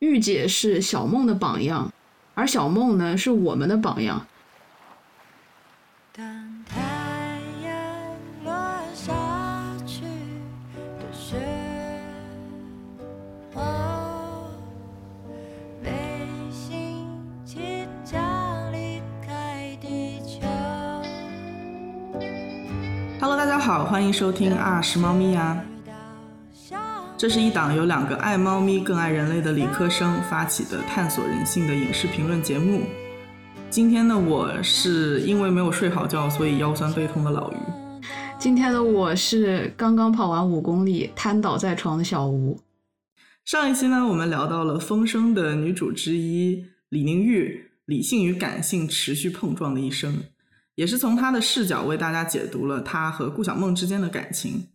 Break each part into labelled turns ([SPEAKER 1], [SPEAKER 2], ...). [SPEAKER 1] 玉姐是小梦的榜样，而小梦呢是我们的榜样。
[SPEAKER 2] 当太阳落下去的时候，内心即将离开地球。
[SPEAKER 3] Hello，大家好，欢迎收听啊，是猫咪呀、这是一档由两个爱猫咪更爱人类的理科生发起的探索人性的影视评论节目。今天呢，我是因为没有睡好觉，所以腰酸背痛的老于。
[SPEAKER 1] 今天的我是刚刚跑完五公里瘫倒在床的小吴。
[SPEAKER 3] 上一期呢，我们聊到了《风声》的女主之一李宁玉，理性与感性持续碰撞的一生，也是从她的视角为大家解读了她和顾晓梦之间的感情。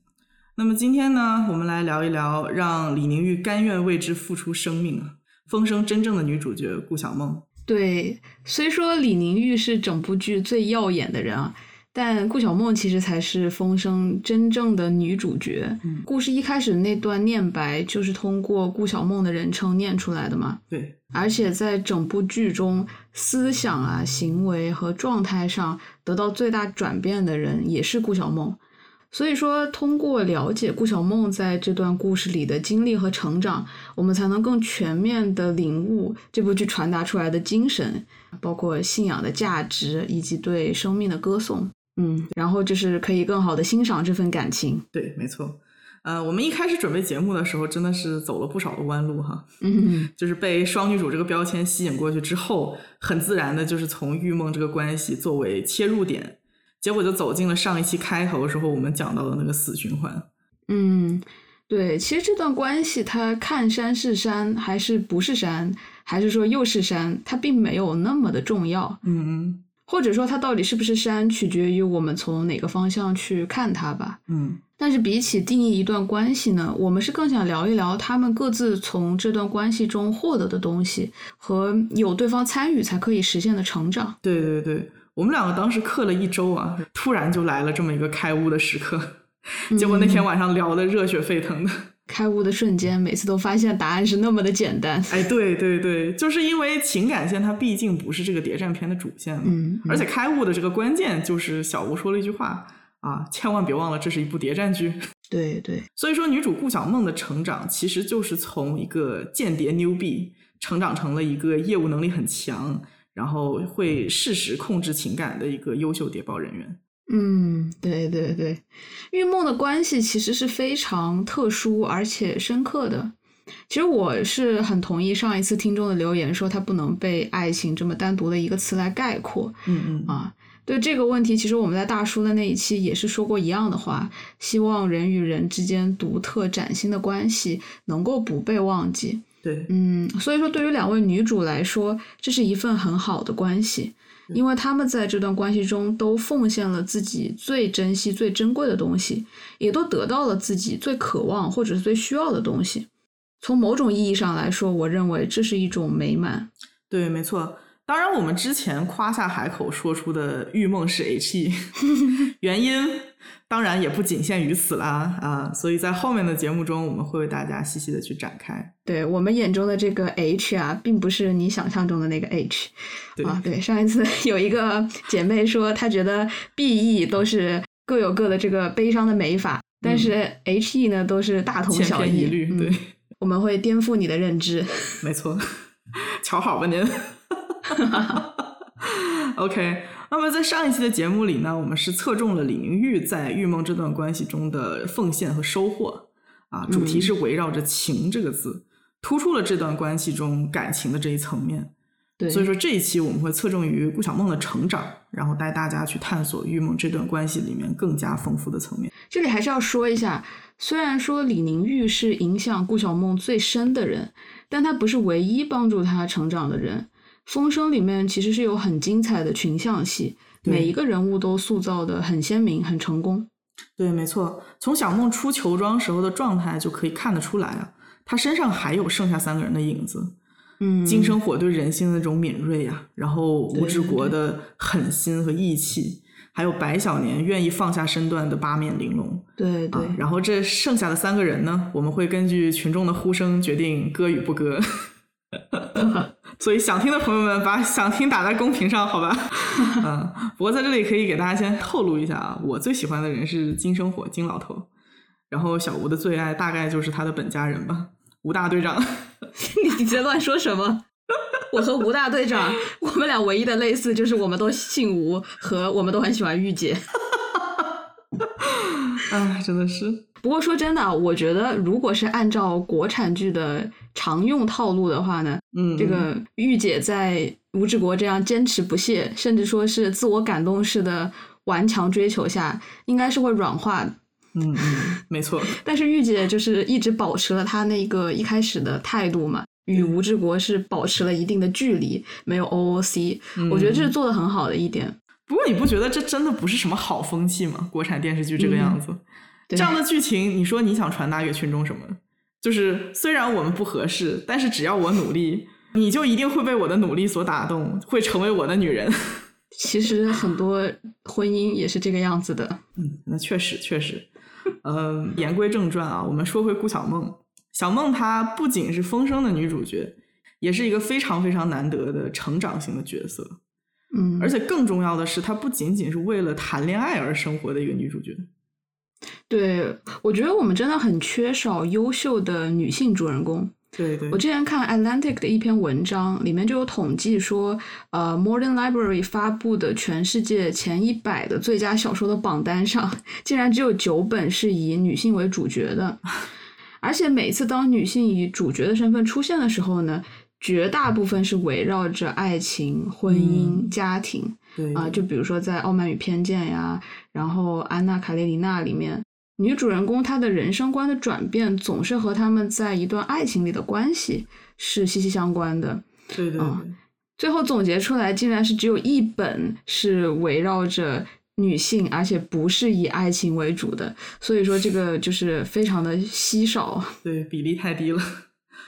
[SPEAKER 3] 那么今天呢，我们来聊一聊让李宁玉甘愿为之付出生命啊，《风声》真正的女主角顾晓梦。
[SPEAKER 1] 对，虽说李宁玉是整部剧最耀眼的人啊，但顾晓梦其实才是《风声》真正的女主角。
[SPEAKER 3] 嗯
[SPEAKER 1] 故事一开始那段念白就是通过顾晓梦的人称念出来的嘛。
[SPEAKER 3] 对，
[SPEAKER 1] 而且在整部剧中，思想啊、行为和状态上得到最大转变的人也是顾晓梦。所以说，通过了解顾晓梦在这段故事里的经历和成长，我们才能更全面的领悟这部剧传达出来的精神，包括信仰的价值以及对生命的歌颂。嗯，然后就是可以更好的欣赏这份感情。
[SPEAKER 3] 对，没错。呃，我们一开始准备节目的时候，真的是走了不少的弯路哈。
[SPEAKER 1] 嗯，
[SPEAKER 3] 就是被双女主这个标签吸引过去之后，很自然的就是从玉梦这个关系作为切入点，结果就走进了上一期开头的时候我们讲到的那个死循环。
[SPEAKER 1] 嗯，对，其实这段关系，它看山是山，还是不是山，还是说又是山，它并没有那么的重要，
[SPEAKER 3] 嗯
[SPEAKER 1] 或者说它到底是不是山，取决于我们从哪个方向去看它吧。
[SPEAKER 3] 嗯，
[SPEAKER 1] 但是比起定义一段关系呢，我们是更想聊一聊他们各自从这段关系中获得的东西和有对方参与才可以实现的成长。
[SPEAKER 3] 对对对，我们两个当时刻了一周啊，突然就来了这么一个开悟的时刻，结果那天晚上聊的热血沸腾的。
[SPEAKER 1] 开悟的瞬间，每次都发现答案是那么的简单。
[SPEAKER 3] 哎，对对对，就是因为情感线它毕竟不是这个谍战片的主线嘛，
[SPEAKER 1] 嗯
[SPEAKER 3] 而且开悟的这个关键就是小吴说了一句话啊，千万别忘了这是一部谍战剧。
[SPEAKER 1] 对对，
[SPEAKER 3] 所以说，女主顾晓梦的成长其实就是从一个间谍 newbie 成长成了一个业务能力很强，然后会适时控制情感的一个优秀谍报人员。
[SPEAKER 1] 嗯，对对对，玉梦的关系其实是非常特殊而且深刻的。其实我是很同意上一次听众的留言，说它不能被爱情这么单独的一个词来概括
[SPEAKER 3] 嗯嗯，
[SPEAKER 1] 啊。对这个问题，其实我们在大叔的那一期也是说过一样的话，希望人与人之间独特崭新的关系能够不被忘记。
[SPEAKER 3] 对，
[SPEAKER 1] 嗯，所以说对于两位女主来说，这是一份很好的关系，因为她们在这段关系中都奉献了自己最珍惜、最珍贵的东西，也都得到了自己最渴望或者是最需要的东西。从某种意义上来说，我认为这是一种美满。
[SPEAKER 3] 对，没错。当然，我们之前夸下海口说出的“玉梦是 HE”，原因当然也不仅限于此啦啊！所以在后面的节目中，我们会为大家细细的去展开。
[SPEAKER 1] 对我们眼中的这个 H 啊，并不是你想象中的那个 H
[SPEAKER 3] 对，
[SPEAKER 1] 啊。对，上一次 有一个姐妹说，她觉得 BE 都是各有各的这个悲伤的美法，但
[SPEAKER 3] 嗯
[SPEAKER 1] 是 HE 呢都是大同
[SPEAKER 3] 千
[SPEAKER 1] 小
[SPEAKER 3] 篇
[SPEAKER 1] 异。
[SPEAKER 3] 一律，
[SPEAKER 1] 嗯
[SPEAKER 3] 对，
[SPEAKER 1] 我们会颠覆你的认 知。
[SPEAKER 3] 没错，瞧好吧您。OK，那么在上一期的节目里呢，我们是侧重了李宁玉在玉梦这段关系中的奉献和收获啊，主题是围绕着“情”这个字，突出了这段关系中感情的这一层面。
[SPEAKER 1] 对，
[SPEAKER 3] 所以说这一期我们会侧重于顾晓梦的成长，然后带大家去探索玉梦这段关系里面更加丰富的层面。
[SPEAKER 1] 这里还是要说一下，虽然说李宁玉是影响顾晓梦最深的人，但他不是唯一帮助她成长的人。风声里面其实是有很精彩的群像戏，
[SPEAKER 3] 对
[SPEAKER 1] 每一个人物都塑造的很鲜明、很成功。
[SPEAKER 3] 对，没错，从小梦出球装时候的状态就可以看得出来啊，她身上还有剩下三个人的影子。
[SPEAKER 1] 嗯，
[SPEAKER 3] 金生火对人心的那种敏锐啊，然后吴志国的狠心和义气，还有白小年愿意放下身段的八面玲珑
[SPEAKER 1] 对对
[SPEAKER 3] 啊。然后这剩下的三个人呢，我们会根据群众的呼声决定割与不割。 所以想听的朋友们，把想听打在公屏上，好吧？ 嗯，不过在这里可以给大家先透露一下啊，我最喜欢的人是金生火金老头，然后小吴的最爱大概就是他的本家人吧，吴大队长。
[SPEAKER 1] 你你在乱说什么？ 我和吴大队长，我们俩唯一的类似就是我们都姓吴，和我们都很喜欢御姐。啊
[SPEAKER 3] 哎， 真的是，
[SPEAKER 1] 不过说真的啊，我觉得如果是按照国产剧的常用套路的话呢，
[SPEAKER 3] 嗯，
[SPEAKER 1] 这个御姐在吴志国这样坚持不懈，甚至说是自我感动式的顽强追求下，应该是会软化的。
[SPEAKER 3] 嗯，嗯嗯，没错，
[SPEAKER 1] 但是御姐就是一直保持了她那个一开始的态度嘛，与
[SPEAKER 3] 嗯
[SPEAKER 1] 吴志国是保持了一定的距离，没有 OOC，、我觉
[SPEAKER 3] 嗯
[SPEAKER 1] 得这是做的很好的一点。
[SPEAKER 3] 不过你不觉得这真的不是什么好风气吗？国产电视剧这个
[SPEAKER 1] 嗯
[SPEAKER 3] 样子，
[SPEAKER 1] 对
[SPEAKER 3] 这样的剧情，你说你想传达给群众什么？就是虽然我们不合适，但是只要我努力，你就一定会被我的努力所打动，会成为我的女人。
[SPEAKER 1] 其实很多婚姻也是这个样子的。
[SPEAKER 3] 嗯，那确实确实。嗯，言归正传啊，我们说回顾小梦。小梦她不仅是《风声》的女主角，也是一个非常非常难得的成长型的角色。
[SPEAKER 1] 嗯，
[SPEAKER 3] 而且更重要的是，她不仅仅是为了谈恋爱而生活的一个女主角。
[SPEAKER 1] 对我觉得我们真的很缺少优秀的女性主人公。
[SPEAKER 3] 对对
[SPEAKER 1] 我，之前看 Atlantic 的一篇文章，里面就有统计说，呃，Modern Library 发布的全世界前一百的最佳小说的榜单上， 竟然只有九本是以女性为主角 的。而且每次当女性以主角的身份出现的时候呢，绝大部分是围绕着爱情、婚姻、
[SPEAKER 3] 嗯
[SPEAKER 1] 家庭
[SPEAKER 3] 对
[SPEAKER 1] 啊、就比如说在《傲慢与偏见》呀，然后《安娜·卡列尼娜》里面，女主人公她的人生观的转变，总是和他们在一段爱情里的关系是息息相关的。
[SPEAKER 3] 对对对
[SPEAKER 1] 嗯最后总结出来，竟然是只有一本是围绕着女性，而且不是以爱情为主的，所以说这个就是非常的稀少。
[SPEAKER 3] 对，比例太低了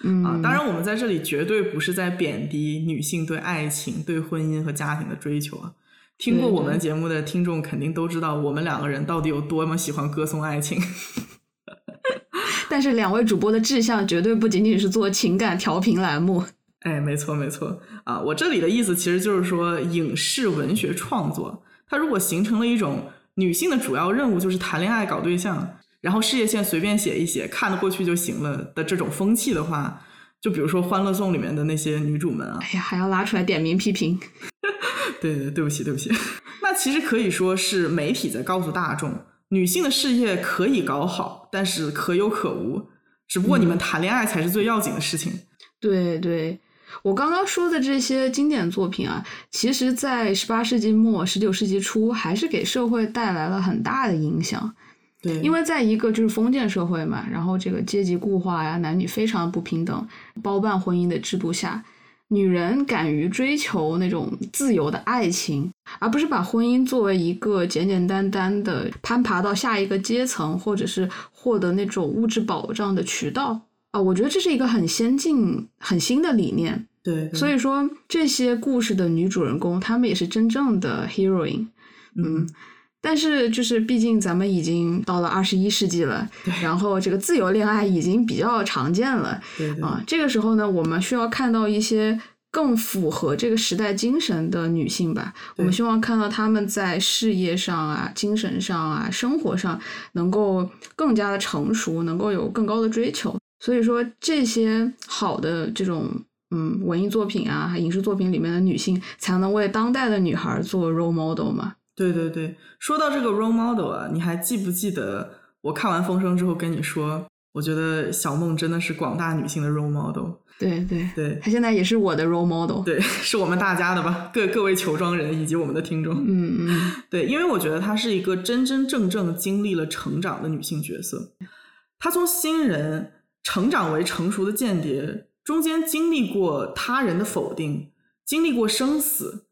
[SPEAKER 1] 嗯，
[SPEAKER 3] 啊！当然，我们在这里绝对不是在贬低女性对爱情、对婚姻和家庭的追求啊。听过
[SPEAKER 1] 对
[SPEAKER 3] 我们
[SPEAKER 1] 对
[SPEAKER 3] 节目的听众肯定都知道，我们两个人到底有多么喜欢歌颂爱情。
[SPEAKER 1] 但是两位主播的志向绝对不仅仅是做情感调频栏目。
[SPEAKER 3] 哎，没错没错啊！我这里的意思其实就是说，影视文学创作，它如果形成了一种女性的主要任务就是谈恋爱、搞对象，然后事业线随便写一写，看得过去就行了的这种风气的话，就比如说《欢乐颂》里面的那些女主们啊，
[SPEAKER 1] 哎呀，还要拉出来点名批评。
[SPEAKER 3] 对对，对不起，对不起。 那其实可以说是媒体在告诉大众，女性的事业可以搞好，但是可有可无。只
[SPEAKER 1] 嗯
[SPEAKER 3] 不过你们谈恋爱才是最要紧的事情。
[SPEAKER 1] 对对，我刚刚说的这些经典作品啊，其实，在十八世纪末、十九世纪初，还是给社会带来了很大的影响。
[SPEAKER 3] 对，
[SPEAKER 1] 因为在一个就是封建社会嘛，然后这个阶级固化呀、男女非常不平等、包办婚姻的制度下，女人敢于追求那种自由的爱情，而不是把婚姻作为一个简简单单的攀爬到下一个阶层，或者是获得那种物质保障的渠道。啊，我觉得这是一个很先进、很新的理念。
[SPEAKER 3] 对，对
[SPEAKER 1] 所以说，这些故事的女主人公，她们也是真正的 heroine。
[SPEAKER 3] 嗯，
[SPEAKER 1] 但是就是毕竟咱们已经到了二十一世纪了，然后这个自由恋爱已经比较常见了
[SPEAKER 3] 对对
[SPEAKER 1] 啊、这个时候呢，我们需要看到一些更符合这个时代精神的女性吧。我们希望看到她们在事业上啊、精神上啊、生活上能够更加的成熟，能够有更高的追求。所以说，这些好的这种嗯文艺作品啊、影视作品里面的女性，才能为当代的女孩做 role model 嘛。
[SPEAKER 3] 对对对。说到这个 role model 啊，你还记不记得我看完《风声》之后跟你说，我觉得小梦真的是广大女性的 role model。
[SPEAKER 1] 对对
[SPEAKER 3] 对
[SPEAKER 1] 他现在也是我的 role model。
[SPEAKER 3] 对， 是我们大家的吧，各各位球庄人以及我们的听众。
[SPEAKER 1] 嗯嗯，
[SPEAKER 3] 对，因为我觉得她是一个真真正正经历了成长的女性角色。她从新人成长为成熟的间谍，中间经历过他人的否定，经历过生死，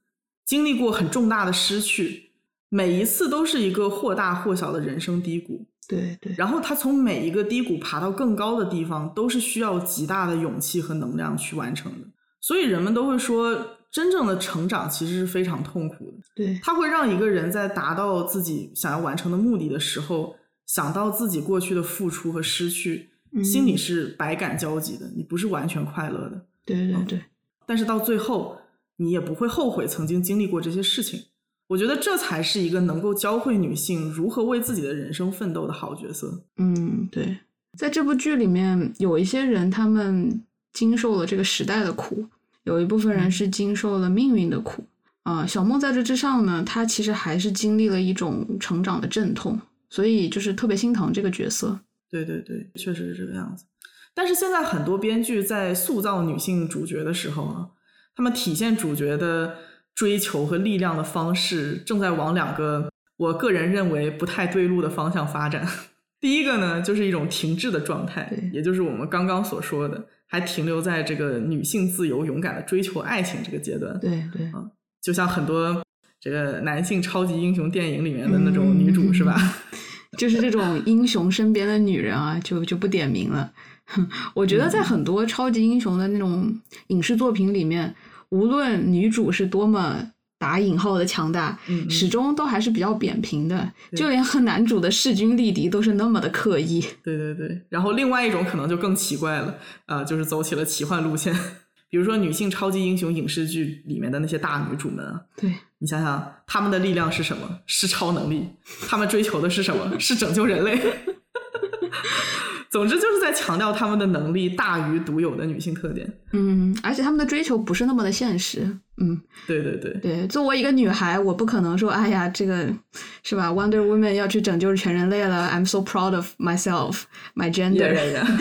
[SPEAKER 3] 经历过很重大的失去，每一次都是一个或大或小的人生低谷。
[SPEAKER 1] 对对，
[SPEAKER 3] 然后她从每一个低谷爬到更高的地方，都是需要极大的勇气和能量去完成的。所以人们都会说，真正的成长其实是非常痛苦的。
[SPEAKER 1] 对
[SPEAKER 3] 它会让一个人在达到自己想要完成的目的的时候，想到自己过去的付出和失去，
[SPEAKER 1] 嗯
[SPEAKER 3] 心里是百感交集的，你不是完全快乐的。
[SPEAKER 1] 对对对，
[SPEAKER 3] 但是到最后，你也不会后悔曾经经历过这些事情。我觉得这才是一个能够教会女性如何为自己的人生奋斗的好角色。
[SPEAKER 1] 嗯，对，在这部剧里面，有一些人他们经受了这个时代的苦，有一部分人是经受了命运的苦。啊、小梦在这之上呢，她其实还是经历了一种成长的阵痛，所以就是特别心疼这个角色。
[SPEAKER 3] 对对对，确实是这个样子。但是现在很多编剧在塑造女性主角的时候啊，他们体现主角的追求和力量的方式，正在往两个我个人认为不太对路的方向发展。 第一个呢，就是一种停滞的状态
[SPEAKER 1] 对，
[SPEAKER 3] 也就是我们刚刚所说的，还停留在这个女性自由、勇敢的追求爱情这个阶段。
[SPEAKER 1] 对对，
[SPEAKER 3] 就像很多这个男性超级英雄电影里面的那种女主、
[SPEAKER 1] 嗯
[SPEAKER 3] 是吧？
[SPEAKER 1] 就是这种英雄身边的女人啊，就就不点名了。我觉
[SPEAKER 3] 嗯
[SPEAKER 1] 得在很多超级英雄的那种影视作品里面，无论女主是多么打引号的强大，
[SPEAKER 3] 嗯，
[SPEAKER 1] 始终都还是比较扁平的，
[SPEAKER 3] 对
[SPEAKER 1] 就连和男主的势均力敌都是那么的刻意。
[SPEAKER 3] 对对对，然后另外一种可能就更奇怪了，呃，就是走起了奇幻路线， 比如说女性超级英雄影视剧里面的那些大女主们啊，
[SPEAKER 1] 对，
[SPEAKER 3] 你想想她们的力量是什么？是超能力，她们追求的是什么？是拯救人类。 总之就是在强调她们的能力大于独有的女性特点。
[SPEAKER 1] 嗯，而且他们的追求不是那么的现实。嗯，
[SPEAKER 3] 对对对，
[SPEAKER 1] 对，作为一个女孩，我不可能说，哎呀，这个是吧？Wonder Woman 要去拯救全人类了，I'm so proud of myself, my gender，
[SPEAKER 3] 呀呀，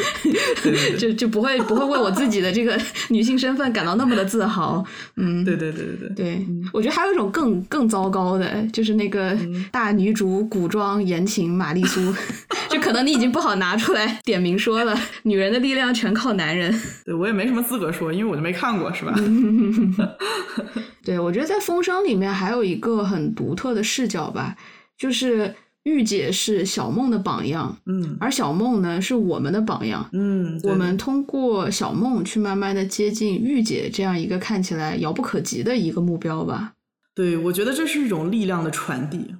[SPEAKER 3] 对对对
[SPEAKER 1] 就就不会不会为我自己的这个 女性身份感到那么的自豪。嗯，
[SPEAKER 3] 对对对对对。
[SPEAKER 1] 对嗯我觉得还有一种更更糟糕的，就是那个大女主古装言情玛丽苏， 就可能你已经不好拿出来点名说了，女人的力量全靠男人。
[SPEAKER 3] 对我也没什么资格说，因为我就没看过，是吧？
[SPEAKER 1] 对，我觉得在《风声》里面还有一个很独特的视角吧，就是玉姐是小梦的榜样，
[SPEAKER 3] 嗯
[SPEAKER 1] 而小梦呢是我们的榜样。
[SPEAKER 3] 嗯，对
[SPEAKER 1] 我们通过小梦去慢慢的接近玉姐这样一个看起来遥不可及的一个目标吧。
[SPEAKER 3] 对我觉得这是一种力量的传递，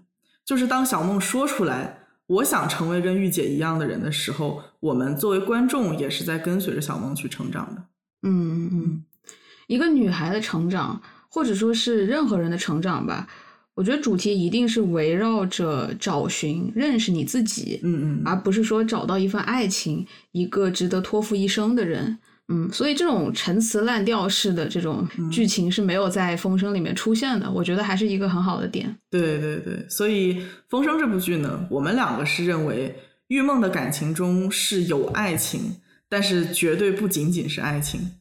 [SPEAKER 3] 就是当小梦说出来“我想成为跟玉姐一样的人”的时候，我们作为观众也是在跟随着小梦去成长的。
[SPEAKER 1] 嗯嗯嗯，一个女孩的成长，或者说是任何人的成长吧，我觉得主题一定是围绕着找寻、认识你自己，
[SPEAKER 3] 嗯
[SPEAKER 1] 而不是说找到一份爱情，一个值得托付一生的人。嗯，所以这种陈词滥调式的这种
[SPEAKER 3] 嗯
[SPEAKER 1] 剧情是没有在《风声》里面出现的，我觉得还是一个很好的点。
[SPEAKER 3] 对对对，所以《风声》这部剧呢，我们两个是认为玉梦的感情中是有爱情，但是绝对不仅仅是爱情。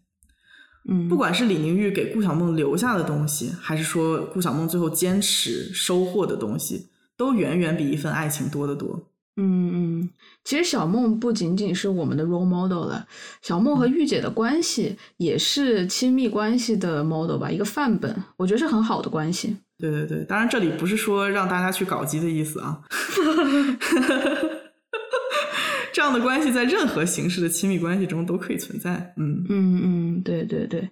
[SPEAKER 1] 嗯，
[SPEAKER 3] 不管是李宁玉给顾小梦留下的东西，还是说顾小梦最后坚持收获的东西，都远远比一份爱情多得多。
[SPEAKER 1] 嗯嗯，其实小梦不仅仅是我们的 role model 了，小梦和玉姐的关系也是亲密关系的 model 吧，一个范本，我觉得是很好的关系。
[SPEAKER 3] 对对对，当然这里不是说让大家去搞基的意思啊。 这样的关系在任何形式的亲密关系中都可以存在。嗯
[SPEAKER 1] 嗯嗯，对对对。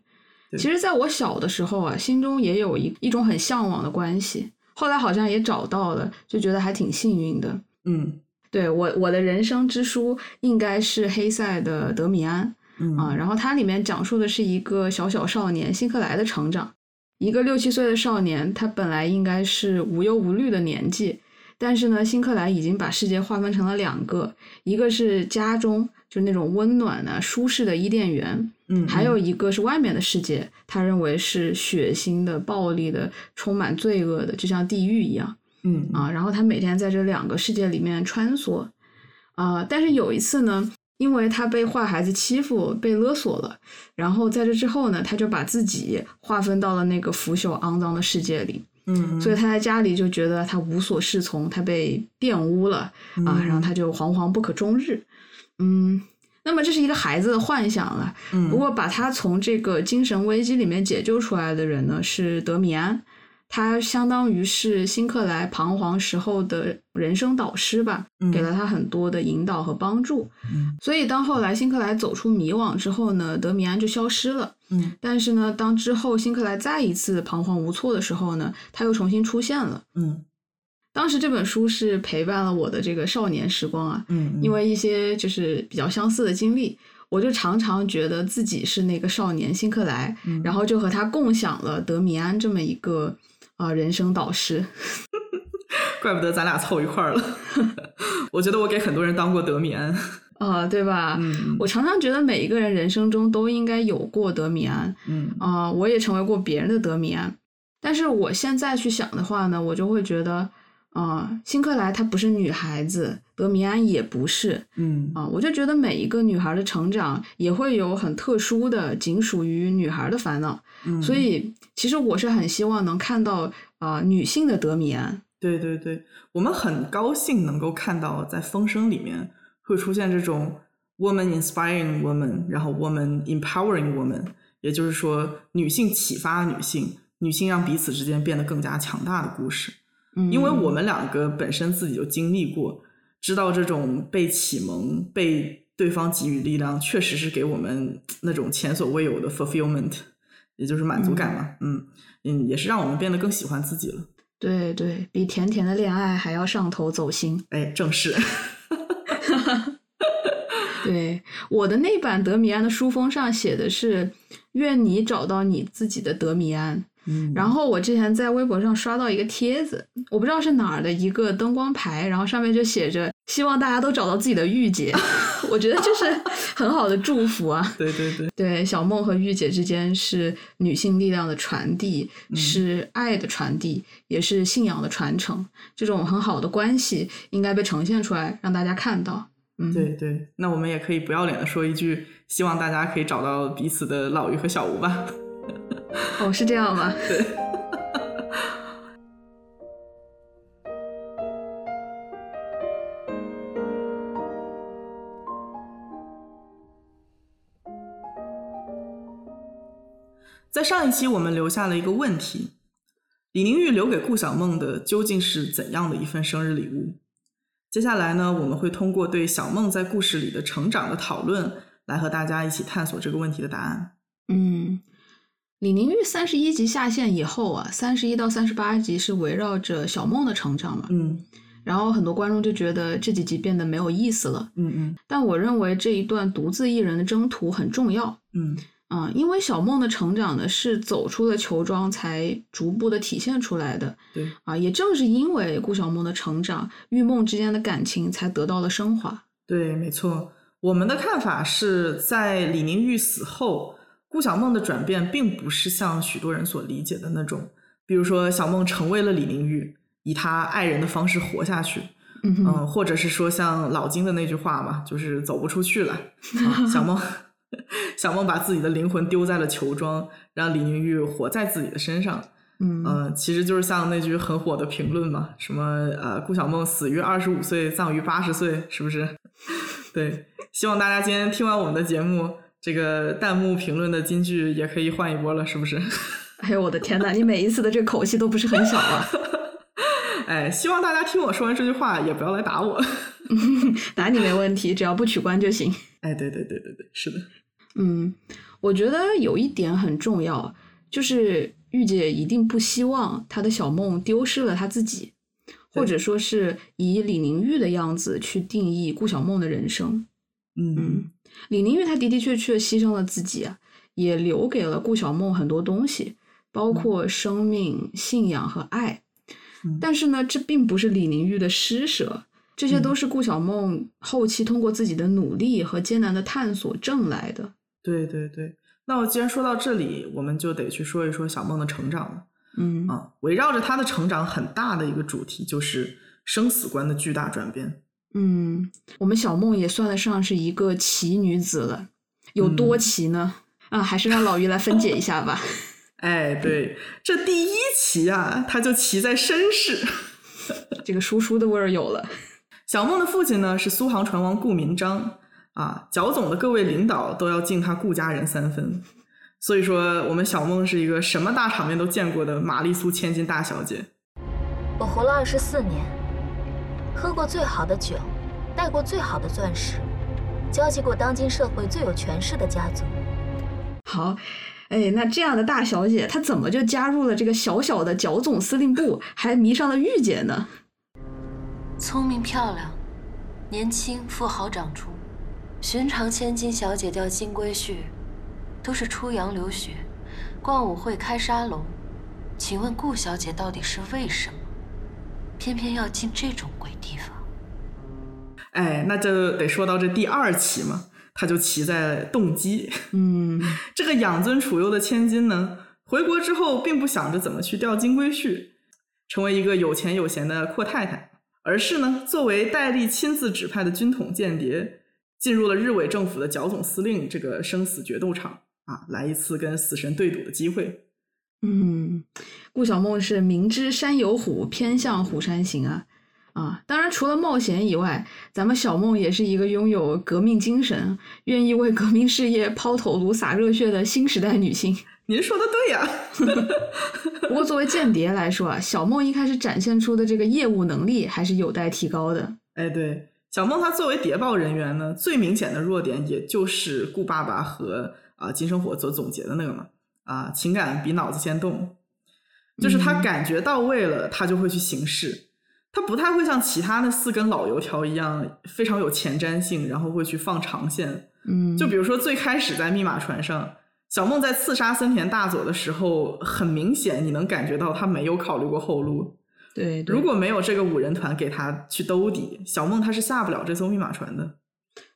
[SPEAKER 3] 对
[SPEAKER 1] 其实，在我小的时候啊，心中也有一一种很向往的关系，后来好像也找到了，就觉得还挺幸运的。
[SPEAKER 3] 嗯
[SPEAKER 1] 对我，我的人生之书应该是黑塞的《德米安》。
[SPEAKER 3] 嗯
[SPEAKER 1] 啊，然后它里面讲述的是一个小小少年辛克莱的成长，一个六七岁的少年，他本来应该是无忧无虑的年纪，但是呢，辛克莱已经把世界划分成了两个，一个是家中就是那种温暖的、舒适的伊甸园，
[SPEAKER 3] 嗯，
[SPEAKER 1] 还有一个是外面的世界，他认为是血腥的、暴力的、充满罪恶的，就像地狱一样。
[SPEAKER 3] 嗯
[SPEAKER 1] 啊，然后他每天在这两个世界里面穿梭，啊，但是有一次呢，因为他被坏孩子欺负，被勒索了，然后在这之后呢，他就把自己划分到了那个腐朽肮脏的世界里，
[SPEAKER 3] 嗯，
[SPEAKER 1] 所以
[SPEAKER 3] 以
[SPEAKER 1] 他在家里就觉得他无所适从，他被玷污了
[SPEAKER 3] 嗯
[SPEAKER 1] 啊，然后他就惶惶不可终日，嗯。那么这是一个孩子的幻想了，
[SPEAKER 3] 嗯
[SPEAKER 1] 不过把他从这个精神危机里面解救出来的人呢是德米安，他相当于是辛克莱彷徨时候的人生导师吧，给了他很多的引导和帮助。
[SPEAKER 3] 嗯
[SPEAKER 1] 所以当后来辛克莱走出迷惘之后呢，德米安就消失了。
[SPEAKER 3] 嗯
[SPEAKER 1] 但是呢，当之后辛克莱再一次彷徨无措的时候呢，他又重新出现了。
[SPEAKER 3] 嗯
[SPEAKER 1] 当时这本书是陪伴了我的这个少年时光啊，
[SPEAKER 3] 嗯，
[SPEAKER 1] 因为一些就是比较相似的经历，我就常常觉得自己是那个少年辛克莱，
[SPEAKER 3] 嗯
[SPEAKER 1] 然后就和他共享了德米安这么一个啊、呃人生导师。
[SPEAKER 3] 怪不得咱俩凑一块儿了。 我觉得我给很多人当过德米安。
[SPEAKER 1] 啊、对吧？
[SPEAKER 3] 嗯
[SPEAKER 1] 我常常觉得每一个人人生中都应该有过德米安
[SPEAKER 3] 嗯
[SPEAKER 1] 啊、我也成为过别人的德米安。但是我现在去想的话呢，我就会觉得，啊、辛克莱她不是女孩子，德米安也不是
[SPEAKER 3] 嗯
[SPEAKER 1] 啊、我就觉得每一个女孩的成长也会有很特殊的、仅属于女孩的烦恼。
[SPEAKER 3] 嗯，
[SPEAKER 1] 所以，其实我是很希望能看到啊、女性的德米安。
[SPEAKER 3] 对对对，我们很高兴能够看到在《风声》里面会出现这种 woman inspiring woman，然后 woman empowering woman，也就是说女性启发女性，女性让彼此之间变得更加强大的故事。
[SPEAKER 1] 嗯，
[SPEAKER 3] 因为我们两个本身自己就经历过，知道这种被启蒙、被对方给予力量，确实是给我们那种前所未有的 fulfillment，也就是满足感嘛。嗯嗯，也是让我们变得更喜欢自己了。
[SPEAKER 1] 对对比甜甜的恋爱还要上头走心。
[SPEAKER 3] 哎，正是。
[SPEAKER 1] 对，我的那版德米安的书封上写的是“愿你找到你自己的德米安”。
[SPEAKER 3] 嗯
[SPEAKER 1] 然后我之前在微博上刷到一个帖子，我不知道是哪儿的一个灯光牌，然后上面就写着“希望大家都找到自己的御姐”， 我觉得这是很好的祝福啊。
[SPEAKER 3] 对对对，
[SPEAKER 1] 对，小梦和御姐之间是女性力量的传递，
[SPEAKER 3] 嗯
[SPEAKER 1] 是爱的传递，也是信仰的传承。这种很好的关系应该被呈现出来，让大家看到。嗯，
[SPEAKER 3] 对对，那我们也可以不要脸的说一句，希望大家可以找到彼此的老于和小吴吧。
[SPEAKER 1] 哦，是这样吗？
[SPEAKER 3] 在上一期，我们留下了一个问题：李宁玉留给顾小梦的究竟是怎样的一份生日礼物？接下来呢，我们会通过对小梦在故事里的成长的讨论，来和大家一起探索这个问题的答案。
[SPEAKER 1] 嗯，李宁玉三十一集下线以后啊，三十一到三十八集是围绕着小梦的成长嘛，
[SPEAKER 3] 嗯
[SPEAKER 1] 然后很多观众就觉得这几集变得没有意思了。
[SPEAKER 3] 嗯嗯
[SPEAKER 1] 但我认为这一段独自一人的征途很重要
[SPEAKER 3] 嗯
[SPEAKER 1] 啊、因为小梦的成长呢是走出了球庄才逐步的体现出来的，
[SPEAKER 3] 对
[SPEAKER 1] 啊，也正是因为顾小梦的成长，玉梦之间的感情才得到了升华。
[SPEAKER 3] 对，没错。我们的看法是在李宁玉死后，顾小梦的转变并不是像许多人所理解的那种，比如说小梦成为了李宁玉，以她爱人的方式活下去，
[SPEAKER 1] 嗯哼，
[SPEAKER 3] 嗯，或者是说像老金的那句话嘛，就是走不出去了。啊、小梦， 小梦把自己的灵魂丢在了球庄，让李宁玉活在自己的身上。
[SPEAKER 1] 嗯
[SPEAKER 3] 呃，其实就是像那句很火的评论嘛，什么呃，顾小梦死于二十五岁，葬于八十岁，是不是？ 对，希望大家今天听完我们的节目，这个弹幕评论的金句也可以换一波了，是不是？
[SPEAKER 1] 哎呦我的天呐，你每一次的这口气都不是很小啊！
[SPEAKER 3] 哎，希望大家听我说完这句话，也不要来打我。
[SPEAKER 1] 打嗯你没问题，只要不取关就行。
[SPEAKER 3] 哎，对对对对对，是的，
[SPEAKER 1] 嗯，我觉得有一点很重要，就是玉姐一定不希望她的小梦丢失了她自己，或者说是以李宁玉的样子去定义顾小梦的人生。
[SPEAKER 3] 嗯
[SPEAKER 1] 嗯，李宁玉她的的确确牺牲了自己啊，也留给了顾小梦很多东西，包括生命、信仰和爱
[SPEAKER 3] 嗯。
[SPEAKER 1] 但是呢，这并不是李宁玉的施舍，这些都是顾小梦后期通过自己的努力和艰难的探索挣来的。
[SPEAKER 3] 对对对，那我既然说到这里，我们就得去说一说小梦的成长了
[SPEAKER 1] 嗯
[SPEAKER 3] 啊。围绕着她的成长很大的一个主题就是生死观的巨大转变。
[SPEAKER 1] 嗯，我们小梦也算得上是一个奇女子了，有多
[SPEAKER 3] 嗯
[SPEAKER 1] 奇呢？啊，还是让老于来分解一下吧。
[SPEAKER 3] 哎，对，这第一期啊，她就骑在绅士。
[SPEAKER 1] 这个叔叔的味儿有了。
[SPEAKER 3] 小梦的父亲呢是苏杭船王顾明章啊，剿总的各位领导都要敬他顾家人三分。所以说，我们小梦是一个什么大场面都见过的玛丽苏千金大小姐。
[SPEAKER 4] 我活了二十四年，喝过最好的酒，戴过最好的钻石，交际过当今社会最有权势的家族。
[SPEAKER 1] 好，哎，那这样的大小姐，她怎么就加入了这个小小的剿总司令部，还迷上了御姐呢？
[SPEAKER 4] 聪明漂亮，年轻富豪掌厨，
[SPEAKER 5] 寻常千金小姐掉金龟婿，都是出洋留学、逛舞会、开沙龙。请问顾小姐到底是为什么，偏偏要进这种鬼地方？
[SPEAKER 3] 哎，那就得说到这第二期嘛，他就骑在动机。
[SPEAKER 1] 嗯，
[SPEAKER 3] 这个养尊处优的千金呢，回国之后并不想着怎么去钓金龟婿，成为一个有钱有闲的阔太太，而是呢，作为戴笠亲自指派的军统间谍，进入了日伪政府的剿总司令这个生死决斗场啊，来一次跟死神对赌的机会。
[SPEAKER 1] 嗯，顾小梦是明知山有虎，偏向虎山行啊啊！当然，除了冒险以外，咱们小梦也是一个拥有革命精神、愿意为革命事业抛头颅、洒热血的新时代女性。
[SPEAKER 3] 您说的对呀、
[SPEAKER 1] 不过，作为间谍来说啊，小梦一开始展现出的这个业务能力还是有待提高的。
[SPEAKER 3] 哎，对，小梦她作为谍报人员呢，最明显的弱点也就是顾爸爸和啊、金生火所总结的那个嘛，啊、情感比脑子先动，就是他感觉到位了，他就会去行事，他不太会像其他的四根老油条一样非常有前瞻性，然后会去放长线。
[SPEAKER 1] 嗯，
[SPEAKER 3] 就比如说最开始在密码船上。小梦在刺杀森田大佐的时候，很明显你能感觉到他没有考虑过后路，
[SPEAKER 1] 对，对
[SPEAKER 3] 如果没有这个五人团给他去兜底，小梦他是下不了这艘密码船的。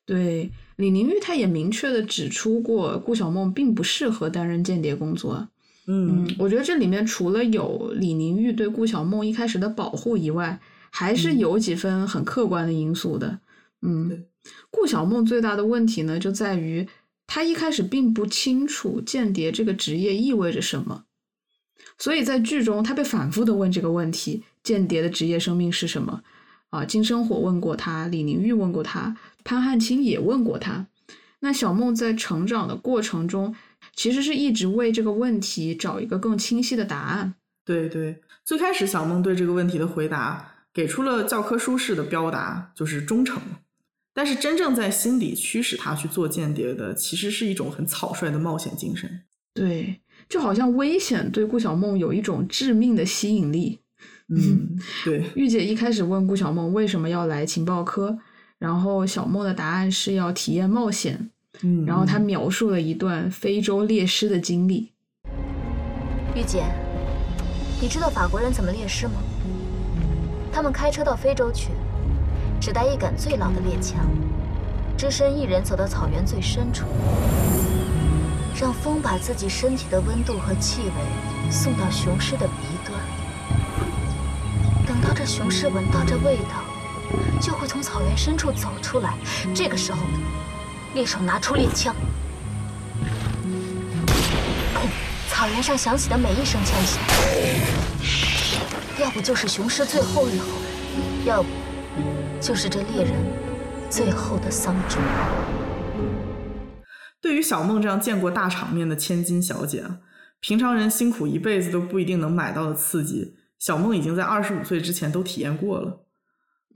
[SPEAKER 1] 对，李宁玉她也明确的指出过，顾小梦并不适合担任间谍工作。
[SPEAKER 3] 嗯，
[SPEAKER 1] 我觉得这里面除了有李宁玉对顾小梦一开始的保护以外，还是
[SPEAKER 3] 嗯
[SPEAKER 1] 有几分很客观的因素的。嗯，顾小梦最大的问题呢，就在于她一开始并不清楚间谍这个职业意味着什么，所以在剧中她被反复的问这个问题：间谍的职业生命是什么？啊，金生火问过他，李宁玉问过他，潘汉卿也问过他。那小梦在成长的过程中，其实是一直为这个问题找一个更清晰的答案。
[SPEAKER 3] 对对，最开始小梦对这个问题的回答给出了教科书式的标答，就是忠诚。但是真正在心底驱使他去做间谍的，其实是一种很草率的冒险精神。
[SPEAKER 1] 对，就好像危险对顾小梦有一种致命的吸引力。嗯，
[SPEAKER 3] 对，
[SPEAKER 1] 玉姐一开始问顾小梦为什么要来情报科，然后小梦的答案是要体验冒险，
[SPEAKER 3] 嗯
[SPEAKER 1] 然后她描述了一段非洲猎狮的经历。
[SPEAKER 4] 玉姐，你知道法国人怎么猎狮吗？他们开车到非洲去，只带一杆最老的猎枪，只身一人走到草原最深处，让风把自己身体的温度和气味送到雄狮的鼻端。等到这雄狮闻到这味道，就会从草原深处走出来。这个时候，猎手拿出猎枪，草原上响起的每一声枪响，要不就是雄狮最后一吼，要不就是这猎人最后的丧钟。
[SPEAKER 3] 对于小梦这样见过大场面的千金小姐啊，平常人辛苦一辈子都不一定能买到的刺激，小梦已经在二十五岁之前都体验过了。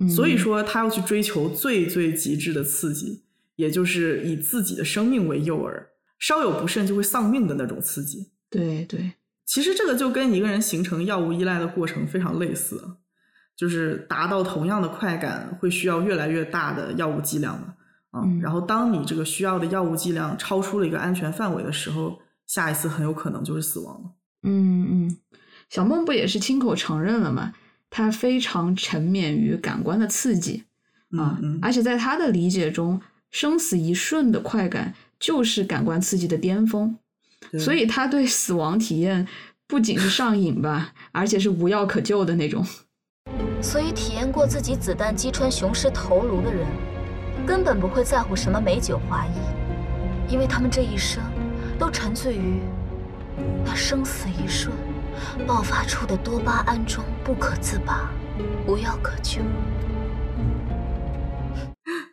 [SPEAKER 3] 所以
[SPEAKER 1] 嗯
[SPEAKER 3] 说，她要去追求最最极致的刺激，也就是以自己的生命为诱饵，稍有不慎就会丧命的那种刺激。
[SPEAKER 1] 对对，
[SPEAKER 3] 其实这个就跟一个人形成药物依赖的过程非常类似啊，就是达到同样的快感会需要越来越大的药物剂量嘛。啊，
[SPEAKER 1] 嗯
[SPEAKER 3] 然后当你这个需要的药物剂量超出了一个安全范围的时候，下一次很有可能就是死亡了。
[SPEAKER 1] 嗯嗯，小梦不也是亲口承认了吗？她非常沉湎于感官的刺激啊，
[SPEAKER 3] 嗯嗯
[SPEAKER 1] 而且在她的理解中，生死一瞬的快感就是感官刺激的巅峰，
[SPEAKER 3] 对
[SPEAKER 1] 所以她对死亡体验不仅是上瘾吧，而且是无药可救的那种。
[SPEAKER 4] 所以，体验过自己子弹击穿雄狮头颅的人，根本不会在乎什么美酒华衣，因为他们这一生都沉醉于那生死一瞬爆发出的多巴胺中不可自拔，无药可救。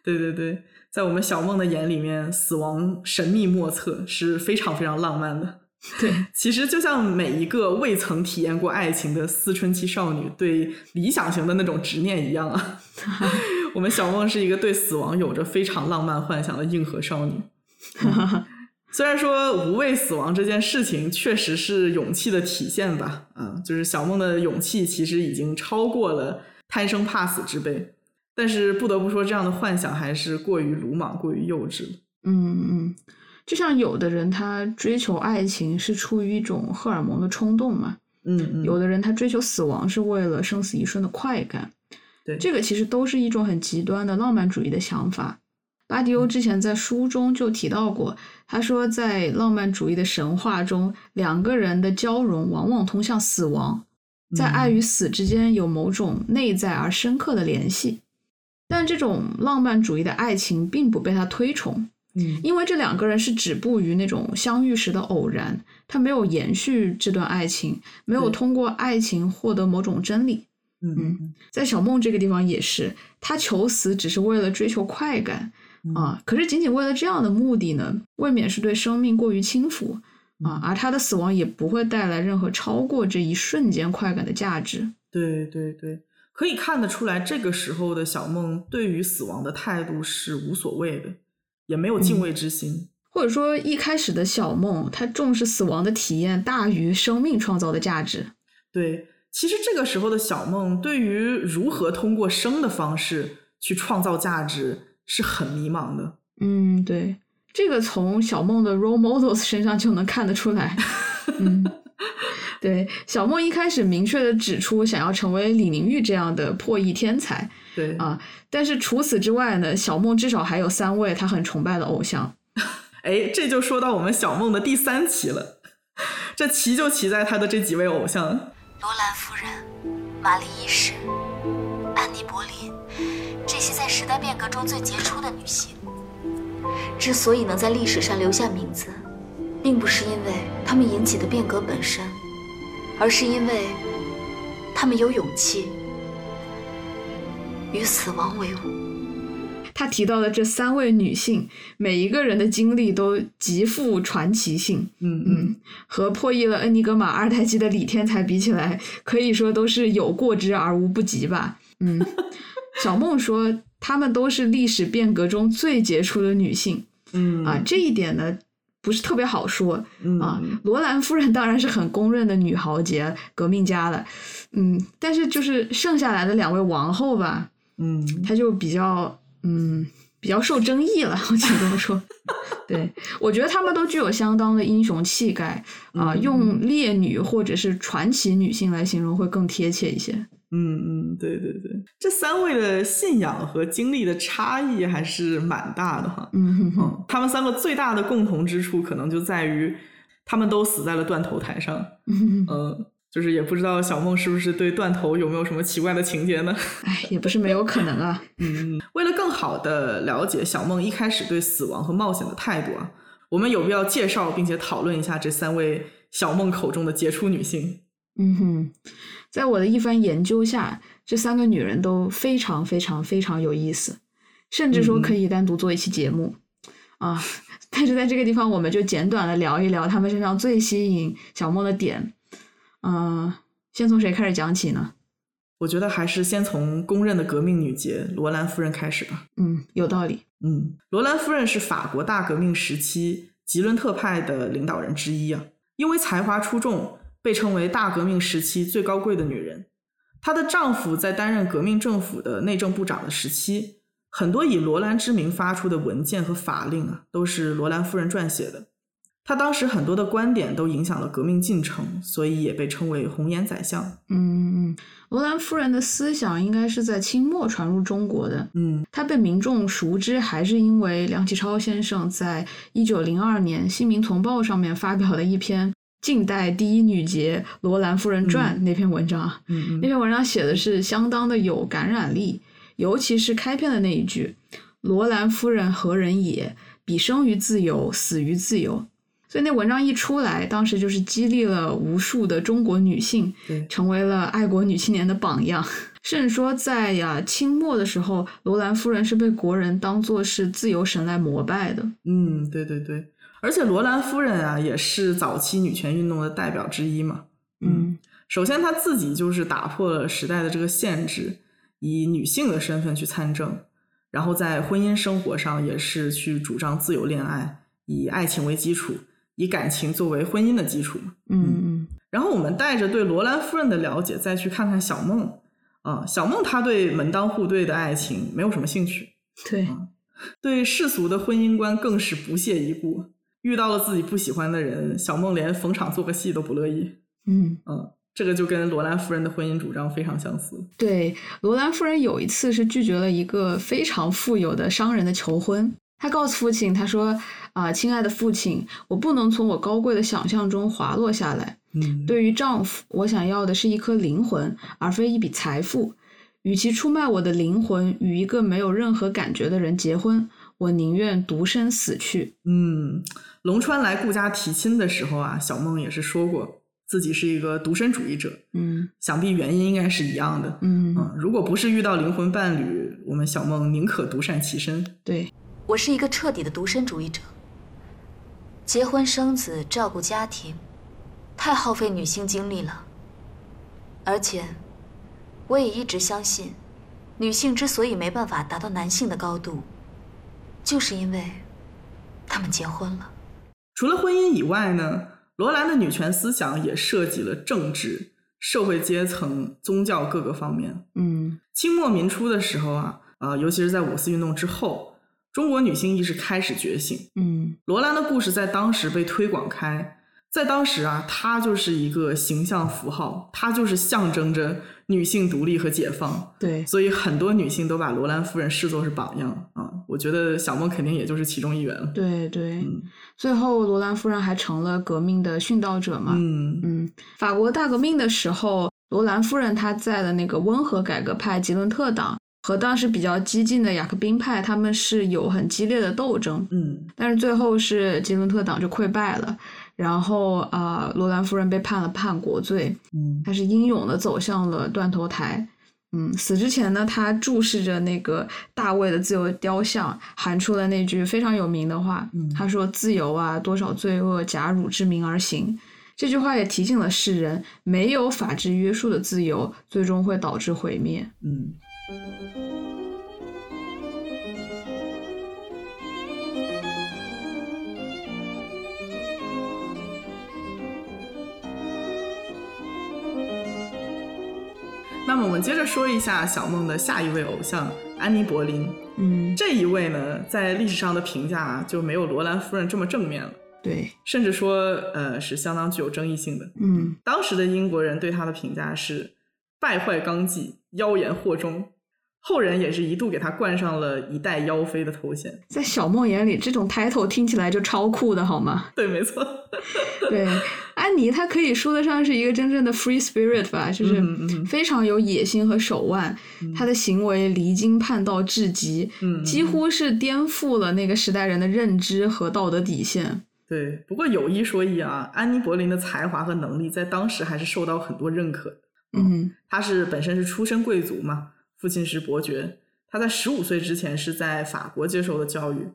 [SPEAKER 3] 对对对，在我们小梦的眼里面，死亡神秘莫测，是非常非常浪漫的。
[SPEAKER 1] 对，
[SPEAKER 3] 其实就像每一个未曾体验过爱情的思春期少女对理想型的那种执念一样 啊，我们小梦是一个对死亡有着非常浪漫幻想的硬核少女。 虽然说无畏死亡这件事情确实是勇气的体现吧，啊，就是小梦的勇气其实已经超过了贪生怕死之辈，但是不得不说，这样的幻想还是过于鲁莽、过于幼稚了。
[SPEAKER 1] 嗯嗯，就像有的人他追求爱情是出于一种荷尔蒙的冲动嘛，
[SPEAKER 3] 嗯嗯，
[SPEAKER 1] 有的人他追求死亡是为了生死一瞬的快感，
[SPEAKER 3] 对
[SPEAKER 1] 这个其实都是一种很极端的浪漫主义的想法。巴迪欧
[SPEAKER 3] 嗯
[SPEAKER 1] 之前在书中就提到过，他说在浪漫主义的神话中，两个人的交融往往通向死亡，在
[SPEAKER 3] 嗯
[SPEAKER 1] 爱与死之间有某种内在而深刻的联系。但这种浪漫主义的爱情并不被他推崇，
[SPEAKER 3] 嗯
[SPEAKER 1] 因为这两个人是止步于那种相遇时的偶然，他没有延续这段爱情，没有
[SPEAKER 3] 对
[SPEAKER 1] 通过爱情获得某种真理。
[SPEAKER 3] 嗯嗯
[SPEAKER 1] 在小梦这个地方也是，他求死只是为了追求快感
[SPEAKER 3] 嗯
[SPEAKER 1] 啊，可是仅仅为了这样的目的呢，未免是对生命过于轻浮啊
[SPEAKER 3] 嗯，
[SPEAKER 1] 而他的死亡也不会带来任何超过这一瞬间快感的价值。
[SPEAKER 3] 对对对，可以看得出来，这个时候的小梦对于死亡的态度是无所谓的，也没有
[SPEAKER 1] 嗯
[SPEAKER 3] 敬畏之心。
[SPEAKER 1] 或者说，一开始的小梦，他重视死亡的体验大于生命创造的价值。
[SPEAKER 3] 对，其实这个时候的小梦对于如何通过生的方式去创造价值是很迷茫的。
[SPEAKER 1] 嗯，对，这个从小梦的 role models 身上就能看得出来。嗯，对，小梦一开始明确的指出想要成为李宁玉这样的破译天才
[SPEAKER 3] 对
[SPEAKER 1] 啊，但是除此之外呢，小梦至少还有三位他很崇拜的偶像。
[SPEAKER 3] 哎，这就说到我们小梦的第三期了。这奇就奇在他的这几位偶像，
[SPEAKER 4] 罗兰夫人、玛丽一世、安妮·博林，这些在时代变革中最杰出的女性，之所以能在历史上留下名字，并不是因为她们引起的变革本身，而是因为她们有勇气与死亡为伍。
[SPEAKER 1] 他提到的这三位女性，每一个人的经历都极富传奇性。
[SPEAKER 3] 嗯
[SPEAKER 1] 嗯，和破译了恩尼格玛二代机的李天才比起来，可以说都是有过之而无不及吧。嗯，小梦说，她们都是历史变革中最杰出的女性
[SPEAKER 3] 嗯
[SPEAKER 1] 啊，这一点呢不是特别好说
[SPEAKER 3] 嗯
[SPEAKER 1] 啊。罗兰夫人当然是很公认的女豪杰、革命家了，嗯，但是就是剩下来的两位王后吧，
[SPEAKER 3] 嗯，
[SPEAKER 1] 她就比较嗯。比较受争议了，我只能这么说。 对，我觉得她们都具有相当的英雄气概，啊、
[SPEAKER 3] 嗯
[SPEAKER 1] 用烈女或者是传奇女性来形容会更贴切一些。
[SPEAKER 3] 嗯嗯，对对对，这三位的信仰和经历的差异还是蛮大的哈。
[SPEAKER 1] 嗯哼哼，
[SPEAKER 3] 嗯，他们三个最大的共同之处可能就在于，他们都死在了断头台上。
[SPEAKER 1] 嗯哼 哼
[SPEAKER 3] 嗯，就是也不知道小梦是不是对断头有没有什么奇怪的情节呢？
[SPEAKER 1] 哎，也不是没有可能啊。
[SPEAKER 3] 为了更好的了解小梦一开始对死亡和冒险的态度啊，我们有必要介绍并且讨论一下这三位小梦口中的杰出女性。
[SPEAKER 1] 嗯哼，在我的一番研究下，这三个女人都非常非常非常有意思，甚至说可以单独做一期节目、啊。 但是在这个地方，我们就简短的聊一聊她们身上最吸引小莫的点。嗯、先从谁开始讲起呢？
[SPEAKER 3] 我觉得还是先从公认的革命女杰罗兰夫人开始吧。
[SPEAKER 1] 嗯，有道理。
[SPEAKER 3] 嗯，罗兰夫人是法国大革命时期吉伦特派的领导人之一啊，因为才华出众，被称为大革命时期最高贵的女人。她的丈夫在担任革命政府的内政部长的时期，很多以罗兰之名发出的文件和法令啊，都是罗兰夫人撰写的。她当时很多的观点都影响了革命进程，所以也被称为“红颜宰相
[SPEAKER 1] 嗯，嗯，罗兰夫人的思想应该是在清末传入中国的”。。
[SPEAKER 3] 嗯
[SPEAKER 1] 她被民众熟知，还是因为梁启超先生在一九零二年《新民丛报》上面发表的一篇《近代第一女杰罗兰夫人传》那篇文章。啊
[SPEAKER 3] 嗯
[SPEAKER 1] 那
[SPEAKER 3] 嗯
[SPEAKER 1] 篇文章写的是相当的有感染力，尤其是开篇的那一句：“罗兰夫人何人也？彼生于自由，死于自由。”所以那文章一出来，当时就是激励了无数的中国女性
[SPEAKER 3] 对，
[SPEAKER 1] 成为了爱国女青年的榜样。 甚至说在呀清末的时候，罗兰夫人是被国人当作是自由神来膜拜的。
[SPEAKER 3] 嗯，对对对，而且罗兰夫人啊，也是早期女权运动的代表之一嘛。嗯首先她自己就是打破了时代的这个限制，以女性的身份去参政，然后在婚姻生活上也是去主张自由恋爱，以爱情为基础，以感情作为婚姻的基础嘛。
[SPEAKER 1] 嗯嗯
[SPEAKER 3] 然后我们带着对罗兰夫人的了解，再去看看小梦，嗯，小梦她对门当户对的爱情没有什么兴趣，
[SPEAKER 1] 对，
[SPEAKER 3] 对世俗的婚姻观更是不屑一顾。遇到了自己不喜欢的人，小梦连逢场做个戏都不乐意。
[SPEAKER 1] 嗯，
[SPEAKER 3] 嗯，这个就跟罗兰夫人的婚姻主张非常相似。
[SPEAKER 1] 对，罗兰夫人有一次是拒绝了一个非常富有的商人的求婚。她告诉父亲，她说：“啊、亲爱的父亲，我不能从我高贵的想象中滑落下来。
[SPEAKER 3] 嗯，
[SPEAKER 1] 对于丈夫，我想要的是一颗灵魂，而非一笔财富。与其出卖我的灵魂与一个没有任何感觉的人结婚，我宁愿独身死去。
[SPEAKER 3] 嗯，龙川来顾家提亲的时候啊，小梦也是说过自己是一个独身主义者，
[SPEAKER 1] 嗯
[SPEAKER 3] 想必原因应该是一样的。
[SPEAKER 1] 嗯，
[SPEAKER 3] 嗯，如果不是遇到灵魂伴侣，我们小梦宁可独善其身。
[SPEAKER 1] 对，
[SPEAKER 4] 我是一个彻底的独身主义者。结婚生子、照顾家庭，太耗费女性精力了。而且，我也一直相信，女性之所以没办法达到男性的高度，就是因为她们结婚了。
[SPEAKER 3] 除了婚姻以外呢，罗兰的女权思想也涉及了政治、社会阶层、宗教各个方面。
[SPEAKER 1] 嗯
[SPEAKER 3] 清末民初的时候啊，呃，尤其是在五四运动之后，中国女性意识开始觉醒。
[SPEAKER 1] 嗯
[SPEAKER 3] 罗兰的故事在当时被推广开，在当时啊，她就是一个形象符号，她就是象征着女性独立和解放，
[SPEAKER 1] 对，
[SPEAKER 3] 所以很多女性都把罗兰夫人视作是榜样啊。我觉得小梦肯定也就是其中一员了。
[SPEAKER 1] 对对，
[SPEAKER 3] 嗯
[SPEAKER 1] 最后罗兰夫人还成了革命的殉道者嘛。
[SPEAKER 3] 嗯
[SPEAKER 1] 嗯，法国大革命的时候，罗兰夫人她在的那个温和改革派吉伦特党和当时比较激进的雅各宾派，他们是有很激烈的斗争，
[SPEAKER 3] 嗯
[SPEAKER 1] 但是最后是吉伦特党就溃败了。然后啊、呃罗兰夫人被判了叛国罪，
[SPEAKER 3] 嗯
[SPEAKER 1] 她是英勇的走向了断头台。嗯，死之前呢，她注视着那个大卫的自由雕像，喊出了那句非常有名的话。
[SPEAKER 3] 嗯
[SPEAKER 1] 她说：“自由啊，多少罪恶假汝之名而行。”这句话也提醒了世人，没有法治约束的自由，最终会导致毁灭。
[SPEAKER 3] 嗯。那么我们接着说一下小梦的下一位偶像安妮·柏林。
[SPEAKER 1] 嗯，
[SPEAKER 3] 这一位呢，在历史上的评价啊就没有罗兰夫人这么正面了，
[SPEAKER 1] 对，
[SPEAKER 3] 甚至说，呃，是相当具有争议性的。
[SPEAKER 1] 嗯
[SPEAKER 3] 当时的英国人对他的评价是败坏纲纪、妖言惑众，后人也是一度给他冠上了一代妖妃的头衔。
[SPEAKER 1] 在小梦眼里，这种 title 听起来就超酷的好吗？
[SPEAKER 3] 对，没错，
[SPEAKER 1] 对，安妮她可以说得上是一个真正的 free spirit 吧，就是
[SPEAKER 3] 嗯嗯嗯
[SPEAKER 1] 非常有野心和手腕，她的行为离经叛道至极，
[SPEAKER 3] 嗯，
[SPEAKER 1] 几乎是颠覆了那个时代人的认知和道德底线。
[SPEAKER 3] 对。不过有一说一啊，安妮·柏林的才华和能力在当时还是受到很多认可的。
[SPEAKER 1] 嗯
[SPEAKER 3] 他是本身是出身贵族嘛，父亲是伯爵，他在十五岁之前是在法国接受的教育，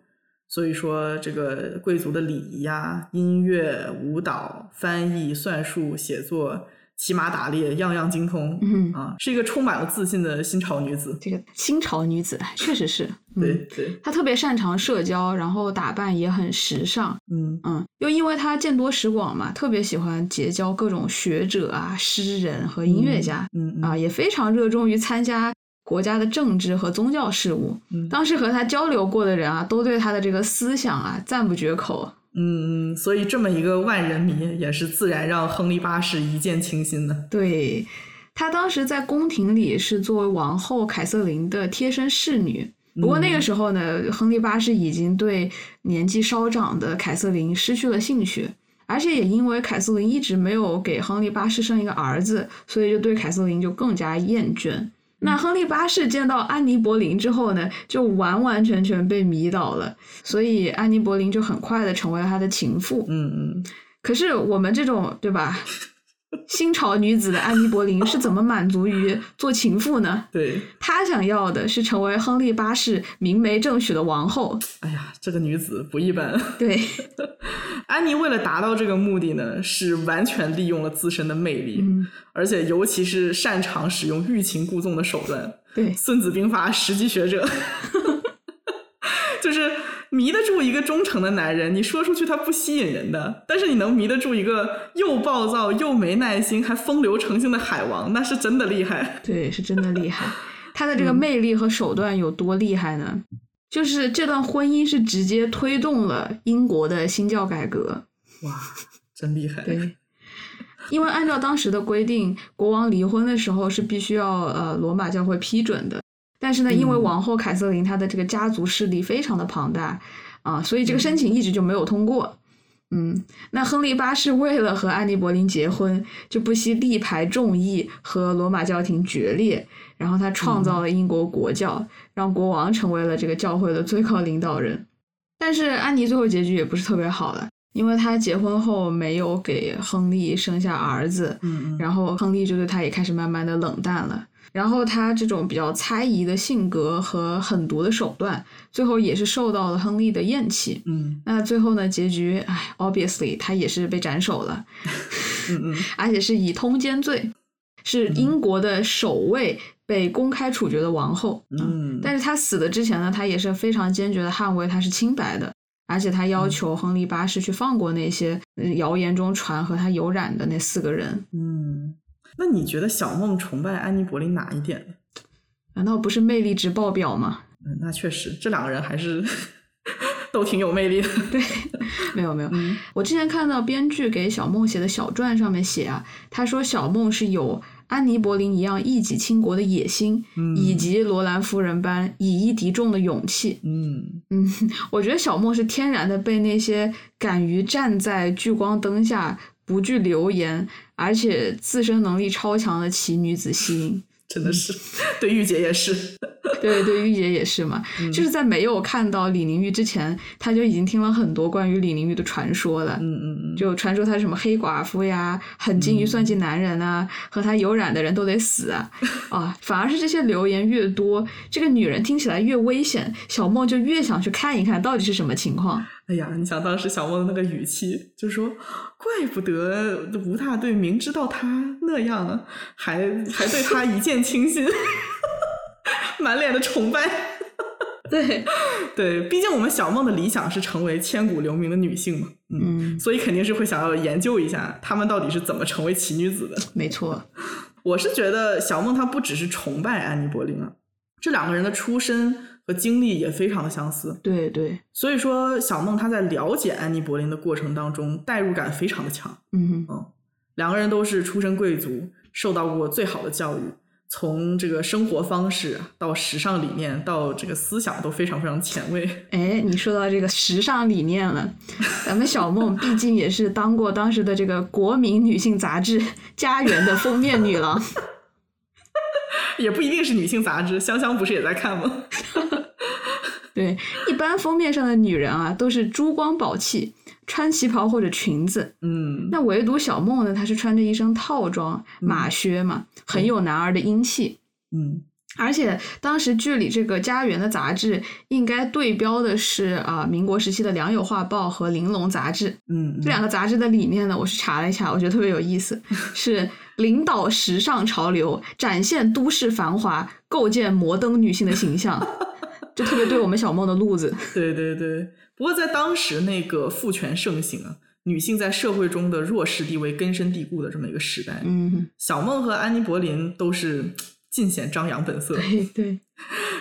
[SPEAKER 3] 所以说这个贵族的礼仪啊、音乐、舞蹈、翻译、算术、写作、骑马打猎，样样精通。
[SPEAKER 1] 嗯，
[SPEAKER 3] 啊，是一个充满了自信的新潮女子。
[SPEAKER 1] 这个新潮女子哎确实是，
[SPEAKER 3] 对
[SPEAKER 1] 嗯，
[SPEAKER 3] 对，
[SPEAKER 1] 她特别擅长社交，然后打扮也很时尚。
[SPEAKER 3] 嗯
[SPEAKER 1] 嗯，又因为她见多识广嘛，特别喜欢结交各种学者啊、诗人和音乐家。
[SPEAKER 3] 嗯
[SPEAKER 1] 啊，，也非常热衷于参加国家的政治和宗教事务。
[SPEAKER 3] 嗯
[SPEAKER 1] 当时和他交流过的人啊，都对他的这个思想啊赞不绝口。
[SPEAKER 3] 嗯嗯，所以这么一个万人迷，也是自然让亨利八世一见倾心的。
[SPEAKER 1] 对，他当时在宫廷里是作为王后凯瑟琳的贴身侍女。不过那个时候呢，亨利八世已经对年纪稍长的凯瑟琳失去了兴趣，而且也因为凯瑟琳一直没有给亨利八世生一个儿子，所以就对凯瑟琳就更加厌倦。那亨利八世见到安妮·柏林之后呢，就完完全全被迷倒了，所以安妮·柏林就很快的成为了他的情妇。
[SPEAKER 3] 嗯嗯，
[SPEAKER 1] 可是我们这种对吧，新潮女子的安妮·柏林是怎么满足于做情妇呢？
[SPEAKER 3] 对，
[SPEAKER 1] 她想要的是成为亨利八世明媒正娶的王后。
[SPEAKER 3] 哎呀，这个女子不一般。
[SPEAKER 1] 对，
[SPEAKER 3] 安妮为了达到这个目的呢，是完全利用了自身的魅力，
[SPEAKER 1] 嗯，
[SPEAKER 3] 而且尤其是擅长使用欲擒故纵的手段。
[SPEAKER 1] 对，
[SPEAKER 3] 《孙子兵法》十级学者，就是迷得住一个忠诚的男人，你说出去他不吸引人的，但是你能迷得住一个又暴躁又没耐心还风流成性的海王，那是真的厉害。
[SPEAKER 1] 对，是真的厉害。他的这个魅力和手段有多厉害呢？就是这段婚姻是直接推动了英国的新教改革。
[SPEAKER 3] 哇，真厉害！
[SPEAKER 1] 对，因为按照当时的规定，国王离婚的时候是必须要呃罗马教会批准的。但是呢，因为王后凯瑟琳她的这个家族势力非常的庞大啊，所以这个申请一直就没有通过。嗯，那亨利八世为了和安妮·博林结婚，就不惜力排众议和罗马教廷决裂，然后他创造了英国国教，让国王成为了这个教会的最高领导人。但是安妮最后结局也不是特别好了，因为她结婚后没有给亨利生下儿子，
[SPEAKER 3] 嗯嗯，
[SPEAKER 1] 然后亨利就对她也开始慢慢的冷淡了。然后她这种比较猜疑的性格和狠毒的手段，最后也是受到了亨利的厌弃。
[SPEAKER 3] 嗯
[SPEAKER 1] 那最后呢，结局，哎，obviously 他也是被斩首了，
[SPEAKER 3] 嗯嗯，
[SPEAKER 1] 而且是以通奸罪，是英国的首位被公开处决的王后。
[SPEAKER 3] 嗯
[SPEAKER 1] 啊但是她死的之前呢，她也是非常坚决的捍卫她是清白的，而且她要
[SPEAKER 3] 嗯
[SPEAKER 1] 求亨利八世去放过那些嗯谣言中传和她有染的那四个人。
[SPEAKER 3] 嗯，那你觉得小梦崇拜安妮·柏林哪一点呢？
[SPEAKER 1] 难道不是魅力值爆表吗？
[SPEAKER 3] 嗯，那确实，这两个人还是 都挺有魅力的。对，
[SPEAKER 1] 没有没有，
[SPEAKER 3] 嗯
[SPEAKER 1] 我之前看到编剧给小梦写的小传上面写啊，他说小梦是有安妮·柏林一样一己倾国的野心，
[SPEAKER 3] 嗯
[SPEAKER 1] 以及罗兰夫人般以一敌众的勇气。
[SPEAKER 3] 嗯
[SPEAKER 1] 嗯，我觉得小梦是天然的被那些敢于站在聚光灯下、不惧流言，而且自身能力超强的奇女子吸引。
[SPEAKER 3] 真的是，对御姐也是。
[SPEAKER 1] 对对，玉姐也是嘛，就是在没有看到李宁玉之前，她就已经听了很多关于李宁玉的传说了。
[SPEAKER 3] 嗯嗯嗯，
[SPEAKER 1] 就传说他是什么黑寡妇呀，很精于算计男人啊，和他有染的人都得死 啊啊！反而是这些流言越多，这个女人听起来越危险，小梦就越想去看一看到底是什么情况。
[SPEAKER 3] 哎呀，你想当时小梦的那个语气，就说怪不得吴大队明知道他那样，还还对他一见倾心， 满脸的崇拜。
[SPEAKER 1] 对，
[SPEAKER 3] 对，毕竟我们小梦的理想是成为千古留名的女性嘛，嗯，
[SPEAKER 1] 嗯，
[SPEAKER 3] 所以肯定是会想要研究一下她们到底是怎么成为奇女子的。
[SPEAKER 1] 没错，
[SPEAKER 3] 我是觉得小梦她不只是崇拜安妮·柏林啊，这两个人的出身和经历也非常的相似。
[SPEAKER 1] 对对，
[SPEAKER 3] 所以说，小梦她在了解安妮·柏林的过程当中，代入感非常的强。
[SPEAKER 1] 嗯哼，
[SPEAKER 3] 两个人都是出身贵族，受到过最好的教育，从这个生活方式啊到时尚理念，到这个思想都非常非常前卫。
[SPEAKER 1] 哎，你说到这个时尚理念了，咱们小梦毕竟也是当过当时的这个国民女性杂志《家园》的封面女 郎，
[SPEAKER 3] 也不一定是女性杂志，香香不是也在看吗？
[SPEAKER 1] 对，一般封面上的女人啊，都是珠光宝气，穿旗袍或者裙子。
[SPEAKER 3] 嗯，
[SPEAKER 1] 那唯独小梦呢，她是穿着一身套装，马靴嘛，很有男儿的英气。
[SPEAKER 3] 嗯
[SPEAKER 1] 而且当时剧里这个《家园》的杂志应该对标的是啊、民国时期的《良友画报》和《玲珑》杂志。
[SPEAKER 3] 嗯，
[SPEAKER 1] 这两个杂志的理念呢，我去查了一下，我觉得特别有意 思，是领导时尚潮流，展现都市繁华，构建摩登女性的形 象，就特别对我们小梦的路子。
[SPEAKER 3] 对对对。不过在当时那个父权盛行啊，女性在社会中的弱势地位根深蒂固的这么一个时代，
[SPEAKER 1] 嗯，
[SPEAKER 3] 小梦和安妮·柏林都是尽显张扬本色，
[SPEAKER 1] 对对，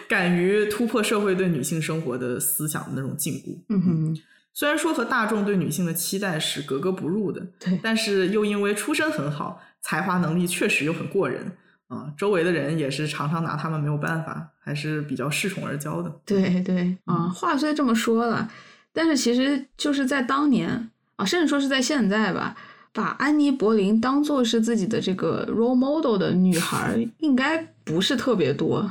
[SPEAKER 3] 敢于突破社会对女性生活的思想的那种禁锢。
[SPEAKER 1] 嗯哼，
[SPEAKER 3] 虽然说和大众对女性的期待是格格不入的，
[SPEAKER 1] 对
[SPEAKER 3] 但是又因为出身很好，才华能力确实又很过人啊、周围的人也是常常拿他们没有办法，还是比较恃宠而骄的。
[SPEAKER 1] 对对
[SPEAKER 3] 嗯
[SPEAKER 1] 啊，话虽这么说了，但是其实就是在当年啊，甚至说是在现在吧，把安妮·柏林当做是自己的这个 role model 的女孩儿，应该不是特别 多，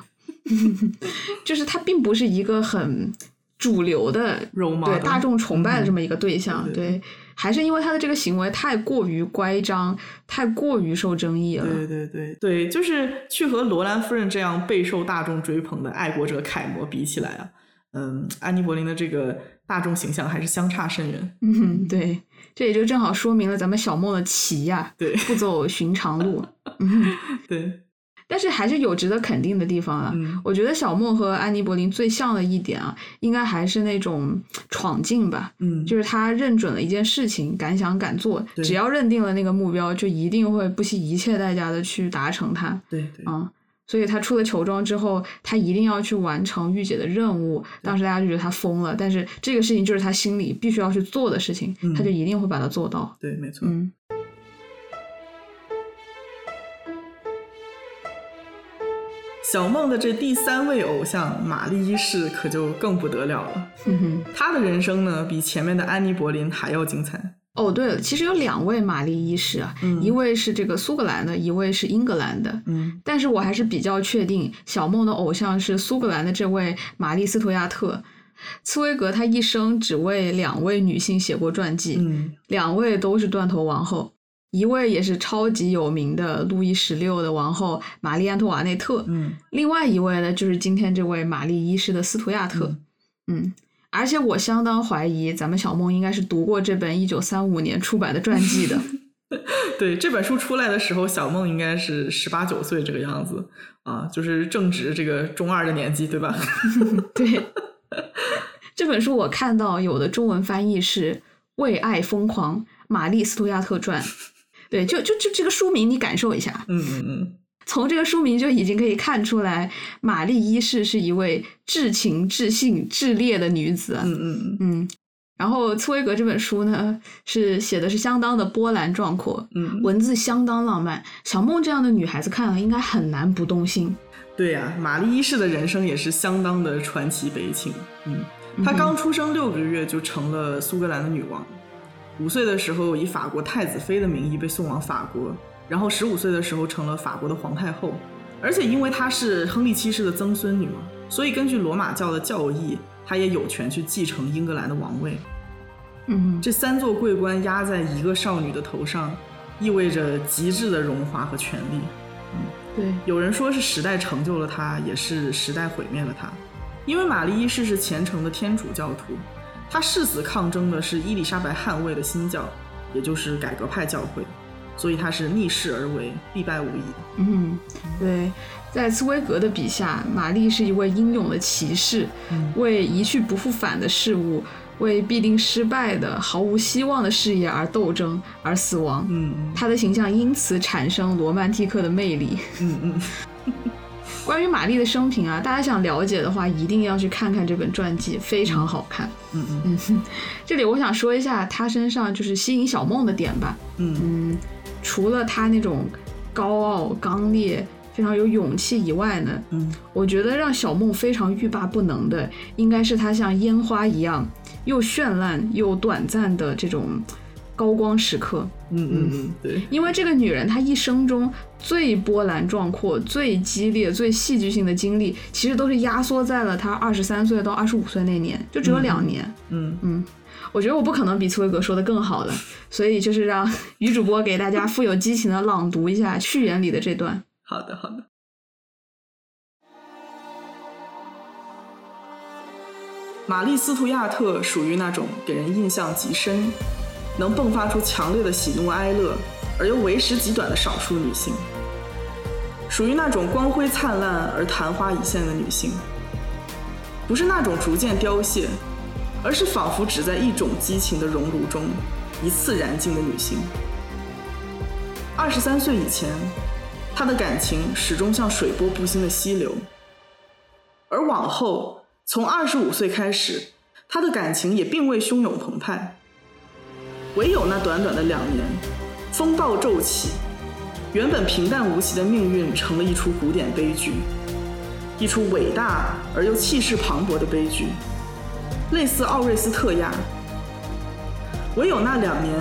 [SPEAKER 1] 就是她并不是一个很主流的
[SPEAKER 3] role model
[SPEAKER 1] 对大众崇拜的这么一个对象，
[SPEAKER 3] 嗯对
[SPEAKER 1] 对，还是因为她的这个行为太过于乖张，太过于受争议了，
[SPEAKER 3] 对对对对，就是去和罗兰夫人这样备受大众追捧的爱国者楷模比起来啊，嗯，安妮·柏林的这个大众形象还是相差甚远。
[SPEAKER 1] 嗯哼，对，这也就正好说明了咱们小梦的棋呀、
[SPEAKER 3] 对
[SPEAKER 1] 不走寻常路。
[SPEAKER 3] 对，
[SPEAKER 1] 但是还是有值得肯定的地方啊。
[SPEAKER 3] 嗯
[SPEAKER 1] 我觉得小梦和安妮·柏林最像的一点啊，应该还是那种闯劲吧，
[SPEAKER 3] 嗯，
[SPEAKER 1] 就是他认准了一件事情，敢想敢做，
[SPEAKER 3] 对
[SPEAKER 1] 只要认定了那个目标，就一定会不惜一切代价的去达成它。
[SPEAKER 3] 对对，
[SPEAKER 1] 嗯，所以他出了球庄之后，他一定要去完成御姐的任务。当时大家就觉得他疯了，但是这个事情就是他心里必须要去做的事情，
[SPEAKER 3] 嗯
[SPEAKER 1] 他就一定会把它做到。
[SPEAKER 3] 对，没错。
[SPEAKER 1] 嗯，
[SPEAKER 3] 小梦的这第三位偶像玛丽一世可就更不得了了，
[SPEAKER 1] 哼嗯哼。
[SPEAKER 3] 她的人生呢比前面的安妮·柏林还要精彩。
[SPEAKER 1] 哦，对了，其实有两位玛丽医师啊，
[SPEAKER 3] 嗯
[SPEAKER 1] 一位是这个苏格兰的，一位是英格兰的。
[SPEAKER 3] 嗯
[SPEAKER 1] 但是我还是比较确定，小梦的偶像是苏格兰的这位玛丽斯图亚特。茨威格他一生只为两位女性写过传记，
[SPEAKER 3] 嗯
[SPEAKER 1] 两位都是断头王后，一位也是超级有名的路易十六的王后玛丽安托瓦内特，
[SPEAKER 3] 嗯
[SPEAKER 1] 另外一位呢就是今天这位玛丽一世的斯图亚特，嗯。而且我相当怀疑，咱们小梦应该是读过这本一九三五年出版的传记的。
[SPEAKER 3] 对，这本书出来的时候，小梦应该是十八九岁这个样子啊，就是正值这个中二的年纪，对吧？
[SPEAKER 1] 对，这本书我看到有的中文翻译是《为爱疯狂：玛丽·斯图亚特传》。对，就就就这个书名，你感受一下。
[SPEAKER 3] 嗯嗯嗯，
[SPEAKER 1] 从这个书名就已经可以看出来，玛丽一世是一位至情、至性、至烈的女子。
[SPEAKER 3] 嗯嗯
[SPEAKER 1] 嗯，然后茨威格这本书呢，是写的是相当的波澜壮阔，
[SPEAKER 3] 嗯，
[SPEAKER 1] 文字相当浪漫。小梦这样的女孩子看了应该很难不动心。
[SPEAKER 3] 对呀、玛丽一世的人生也是相当的传奇悲情。嗯，她刚出生六个月就成了苏格兰的女王，五岁的时候以法国太子妃的名义被送往法国，然后十五岁的时候成了法国的皇太后。而且因为她是亨利七世的曾孙女嘛，所以根据罗马教的教义，她也有权去继承英格兰的王位。
[SPEAKER 1] 嗯，
[SPEAKER 3] 这三座桂冠压在一个少女的头上，意味着极致的荣华和权力。
[SPEAKER 1] 对，
[SPEAKER 3] 有人说是时代成就了她，也是时代毁灭了她。因为玛丽一世是虔诚的天主教徒，她誓死抗争的是伊丽莎白捍卫的新教，也就是改革派教会，所以她是逆势而为，必败无疑。
[SPEAKER 1] 嗯，对，在茨威格的笔下，玛丽是一位英勇的骑士，
[SPEAKER 3] 嗯
[SPEAKER 1] 为一去不复返的事物，为必定失败的、毫无希望的事业而斗争，而死亡。
[SPEAKER 3] 嗯
[SPEAKER 1] 她的形象因此产生罗曼蒂克的魅力。
[SPEAKER 3] 嗯嗯
[SPEAKER 1] 关于玛丽的生平啊，大家想了解的话，一定要去看看这本传记，非常好看。
[SPEAKER 3] 嗯嗯
[SPEAKER 1] 这里我想说一下她身上就是吸引小梦的点吧。
[SPEAKER 3] 嗯
[SPEAKER 1] 嗯，除了她那种高傲、刚烈、非常有勇气以外呢，
[SPEAKER 3] 嗯
[SPEAKER 1] 我觉得让小梦非常欲罢不能的，应该是她像烟花一样又绚烂又短暂的这种高光时刻。
[SPEAKER 3] 嗯嗯，对，
[SPEAKER 1] 因为这个女人她一生中最波澜壮阔、最激烈、最戏剧性的经历，其实都是压缩在了她二十三岁到二十五岁那年，就只有两年。
[SPEAKER 3] 嗯
[SPEAKER 1] 我觉得我不可能比茨威格说的更好了，所以就是让女主播给大家富有激情的朗读一下序言里的这段。
[SPEAKER 3] 好的好的。玛丽·斯图亚特属于那种给人印象极深，能迸发出强烈的喜怒哀乐，而又为时极短的少数女性，属于那种光辉灿烂而昙花一现的女性，不是那种逐渐凋谢，而是仿佛只在一种激情的熔炉中一次燃尽的女性。二十三岁以前，她的感情始终像水波不兴的溪流，而往后，从二十五岁开始，他的感情也并未汹涌澎湃，唯有那短短的两年，风暴骤起，原本平淡无奇的命运成了一出古典悲剧，一出伟大而又气势磅礴的悲剧，类似奥瑞斯特亚。唯有那两年，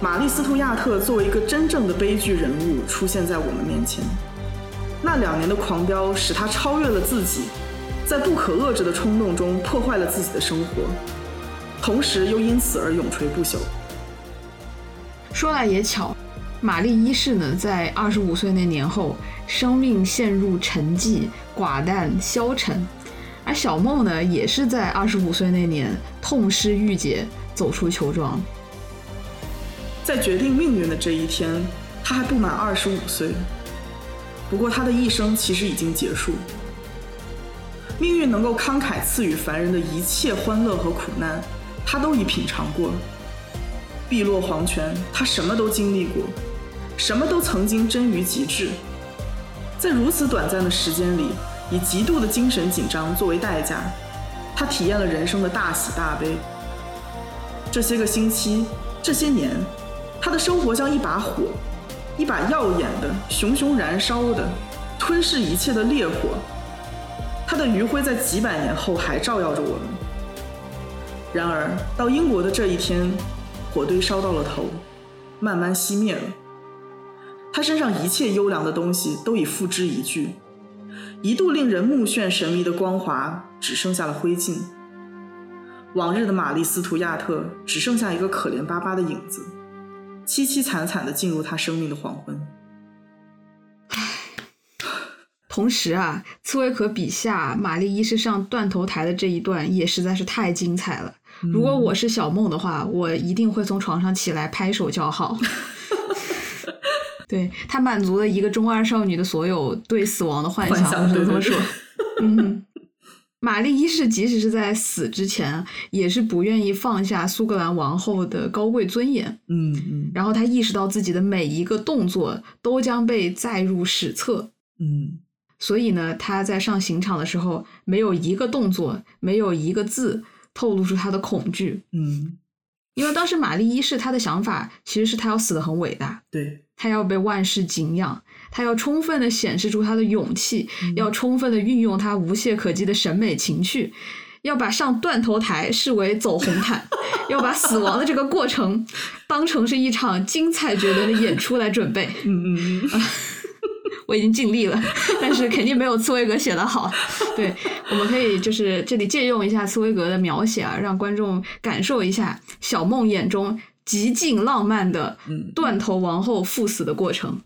[SPEAKER 3] 玛丽·斯图亚特作为一个真正的悲剧人物出现在我们面前。那两年的狂飙使他超越了自己，在不可遏制的冲动中破坏了自己的生活，同时又因此而永垂不朽。
[SPEAKER 1] 说来也巧，玛丽一世呢，在二十五岁那年后，生命陷入沉寂、寡淡、消沉，而小梦呢，也是在二十五岁那年痛失御姐，走出球庄。
[SPEAKER 3] 在决定命运的这一天，他还不满二十五岁。不过他的一生其实已经结束。命运能够慷慨赐予凡人的一切欢乐和苦难，他都已品尝过。碧落黄泉，他什么都经历过，什么都曾经臻于极致。在如此短暂的时间里，以极度的精神紧张作为代价，他体验了人生的大喜大悲。这些个星期，这些年，他的生活像一把火，一把耀眼的、熊熊燃烧的、吞噬一切的烈火。他的余晖在几百年后还照耀着我们。然而，到英国的这一天，火堆烧到了头，慢慢熄灭了。他身上一切优良的东西都已付之一炬，一度令人目眩神迷的光华只剩下了灰烬。往日的玛丽·斯图亚特只剩下一个可怜巴巴的影子，凄凄惨惨地进入他生命的黄昏。
[SPEAKER 1] 同时啊，刺猬壳笔下玛丽一世上断头台的这一段也实在是太精彩了。如果
[SPEAKER 3] 嗯
[SPEAKER 1] 我是小梦的话，我一定会从床上起来拍手叫 好。对他满足了一个中二少女的所有对死亡的幻
[SPEAKER 3] 幻想
[SPEAKER 1] 我只能这么
[SPEAKER 3] 对对
[SPEAKER 1] 说。嗯，玛丽一世即使是在死之前，也是不愿意放下苏格兰王后的高贵尊严。
[SPEAKER 3] 嗯嗯
[SPEAKER 1] 然后她意识到自己的每一个动作都将被载入史册，
[SPEAKER 3] 嗯
[SPEAKER 1] 所以呢，她在上刑场的时候，没有一个动作，没有一个字透露出她的恐惧。
[SPEAKER 3] 嗯，
[SPEAKER 1] 因为当时玛丽一世她的想法其实是她要死得很伟大，
[SPEAKER 3] 对，
[SPEAKER 1] 她要被万世敬仰，她要充分的显示出她的勇气，要充分的运用她无懈可击的审美情趣，要把上断头台视为走红毯，要把死亡的这个过程当成是一场精彩绝伦的演出来准备。
[SPEAKER 3] 嗯嗯嗯，
[SPEAKER 1] 我已经尽力了， 但是肯定没有茨威格写的好。 对，我们可以就是这里借用一下茨威格的描写啊，让观众感受一下小梦眼中极尽浪漫的
[SPEAKER 3] 嗯
[SPEAKER 1] 断头王后赴死的过程。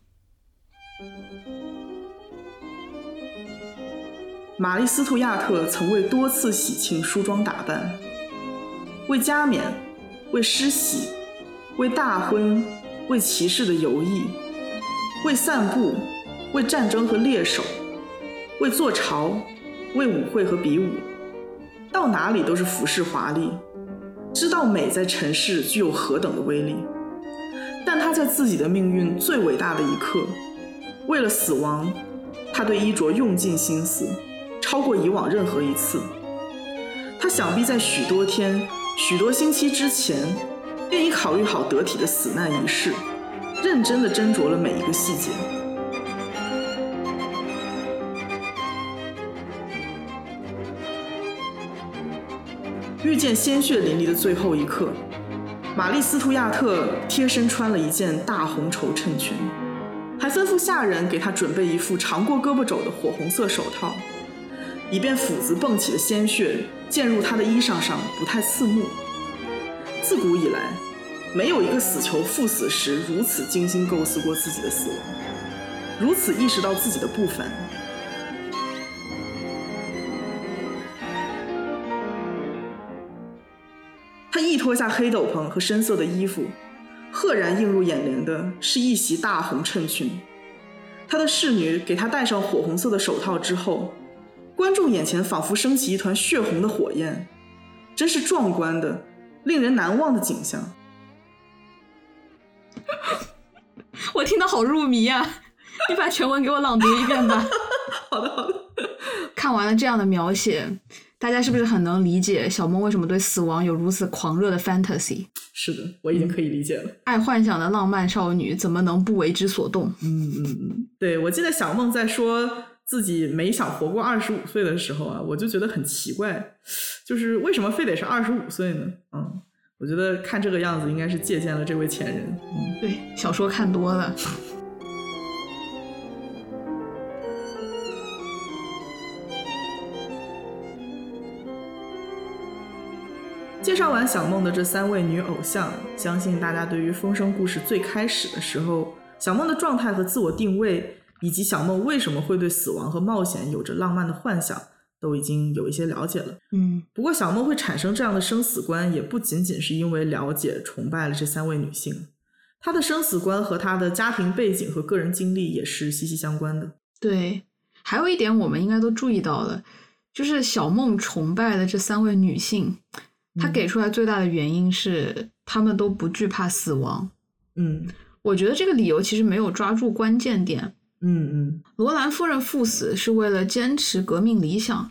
[SPEAKER 3] 玛丽·斯图亚特曾为多次喜庆梳妆打扮，为加冕，为诗喜，为大婚，为骑士的游弋，为散步，为战争和猎手，为做潮，为舞会和比武，到哪里都是服饰华丽，知道美在尘世具有何等的威力。但他在自己的命运最伟大的一刻，为了死亡，他对衣着用尽心思，超过以往任何一次。他想必在许多天、许多星期之前，便已考虑好得体的死难仪式，认真的斟酌了每一个细节。遇见鲜血淋漓的最后一刻，玛丽·斯图亚特贴身穿了一件大红绸衬裙，还吩咐下人给她准备一副长过胳膊肘的火红色手套，以便斧子迸起的鲜血溅入她的衣裳上不太刺目。自古以来，没有一个死囚赴死时如此精心构思过自己的死亡，如此意识到自己的不凡。他一脱下黑斗篷和深色的衣服，赫然映入眼帘的是一袭大红衬裙。他的侍女给他戴上火红色的手套之后，观众眼前仿佛升起一团血红的火焰，真是壮观的、令人难忘的景象。
[SPEAKER 1] 我听得好入迷啊！你把全文给我朗读一遍吧。好的， 好的。 看完了这样的描写，大家是不是很能理解小梦为什么对死亡有如此狂热的 fantasy？
[SPEAKER 3] 是的，我已经可以理解了。
[SPEAKER 1] 爱幻想的浪漫少女怎么能不为之所动？
[SPEAKER 3] 嗯嗯嗯，对，我记得小梦在说自己没想活过二十五岁的时候啊，我就觉得很奇怪，就是为什么非得是二十五岁呢？嗯，我觉得看这个样子应该是借鉴了这位前人。嗯，
[SPEAKER 1] 对，小说看多了。
[SPEAKER 3] 介绍完小梦的这三位女偶像，相信大家对于风声故事最开始的时候，小梦的状态和自我定位，以及小梦为什么会对死亡和冒险有着浪漫的幻想，都已经有一些了解了。
[SPEAKER 1] 嗯，
[SPEAKER 3] 不过，小梦会产生这样的生死观，也不仅仅是因为了解、崇拜了这三位女性，她的生死观和她的家庭背景和个人经历也是息息相关的。
[SPEAKER 1] 对，还有一点我们应该都注意到了，就是小梦崇拜的这三位女性，她
[SPEAKER 3] 嗯
[SPEAKER 1] 给出来最大的原因是她们都不惧怕死亡。
[SPEAKER 3] 嗯
[SPEAKER 1] 我觉得这个理由其实没有抓住关键点。
[SPEAKER 3] 嗯
[SPEAKER 1] 罗兰夫人赴死是为了坚持革命理想，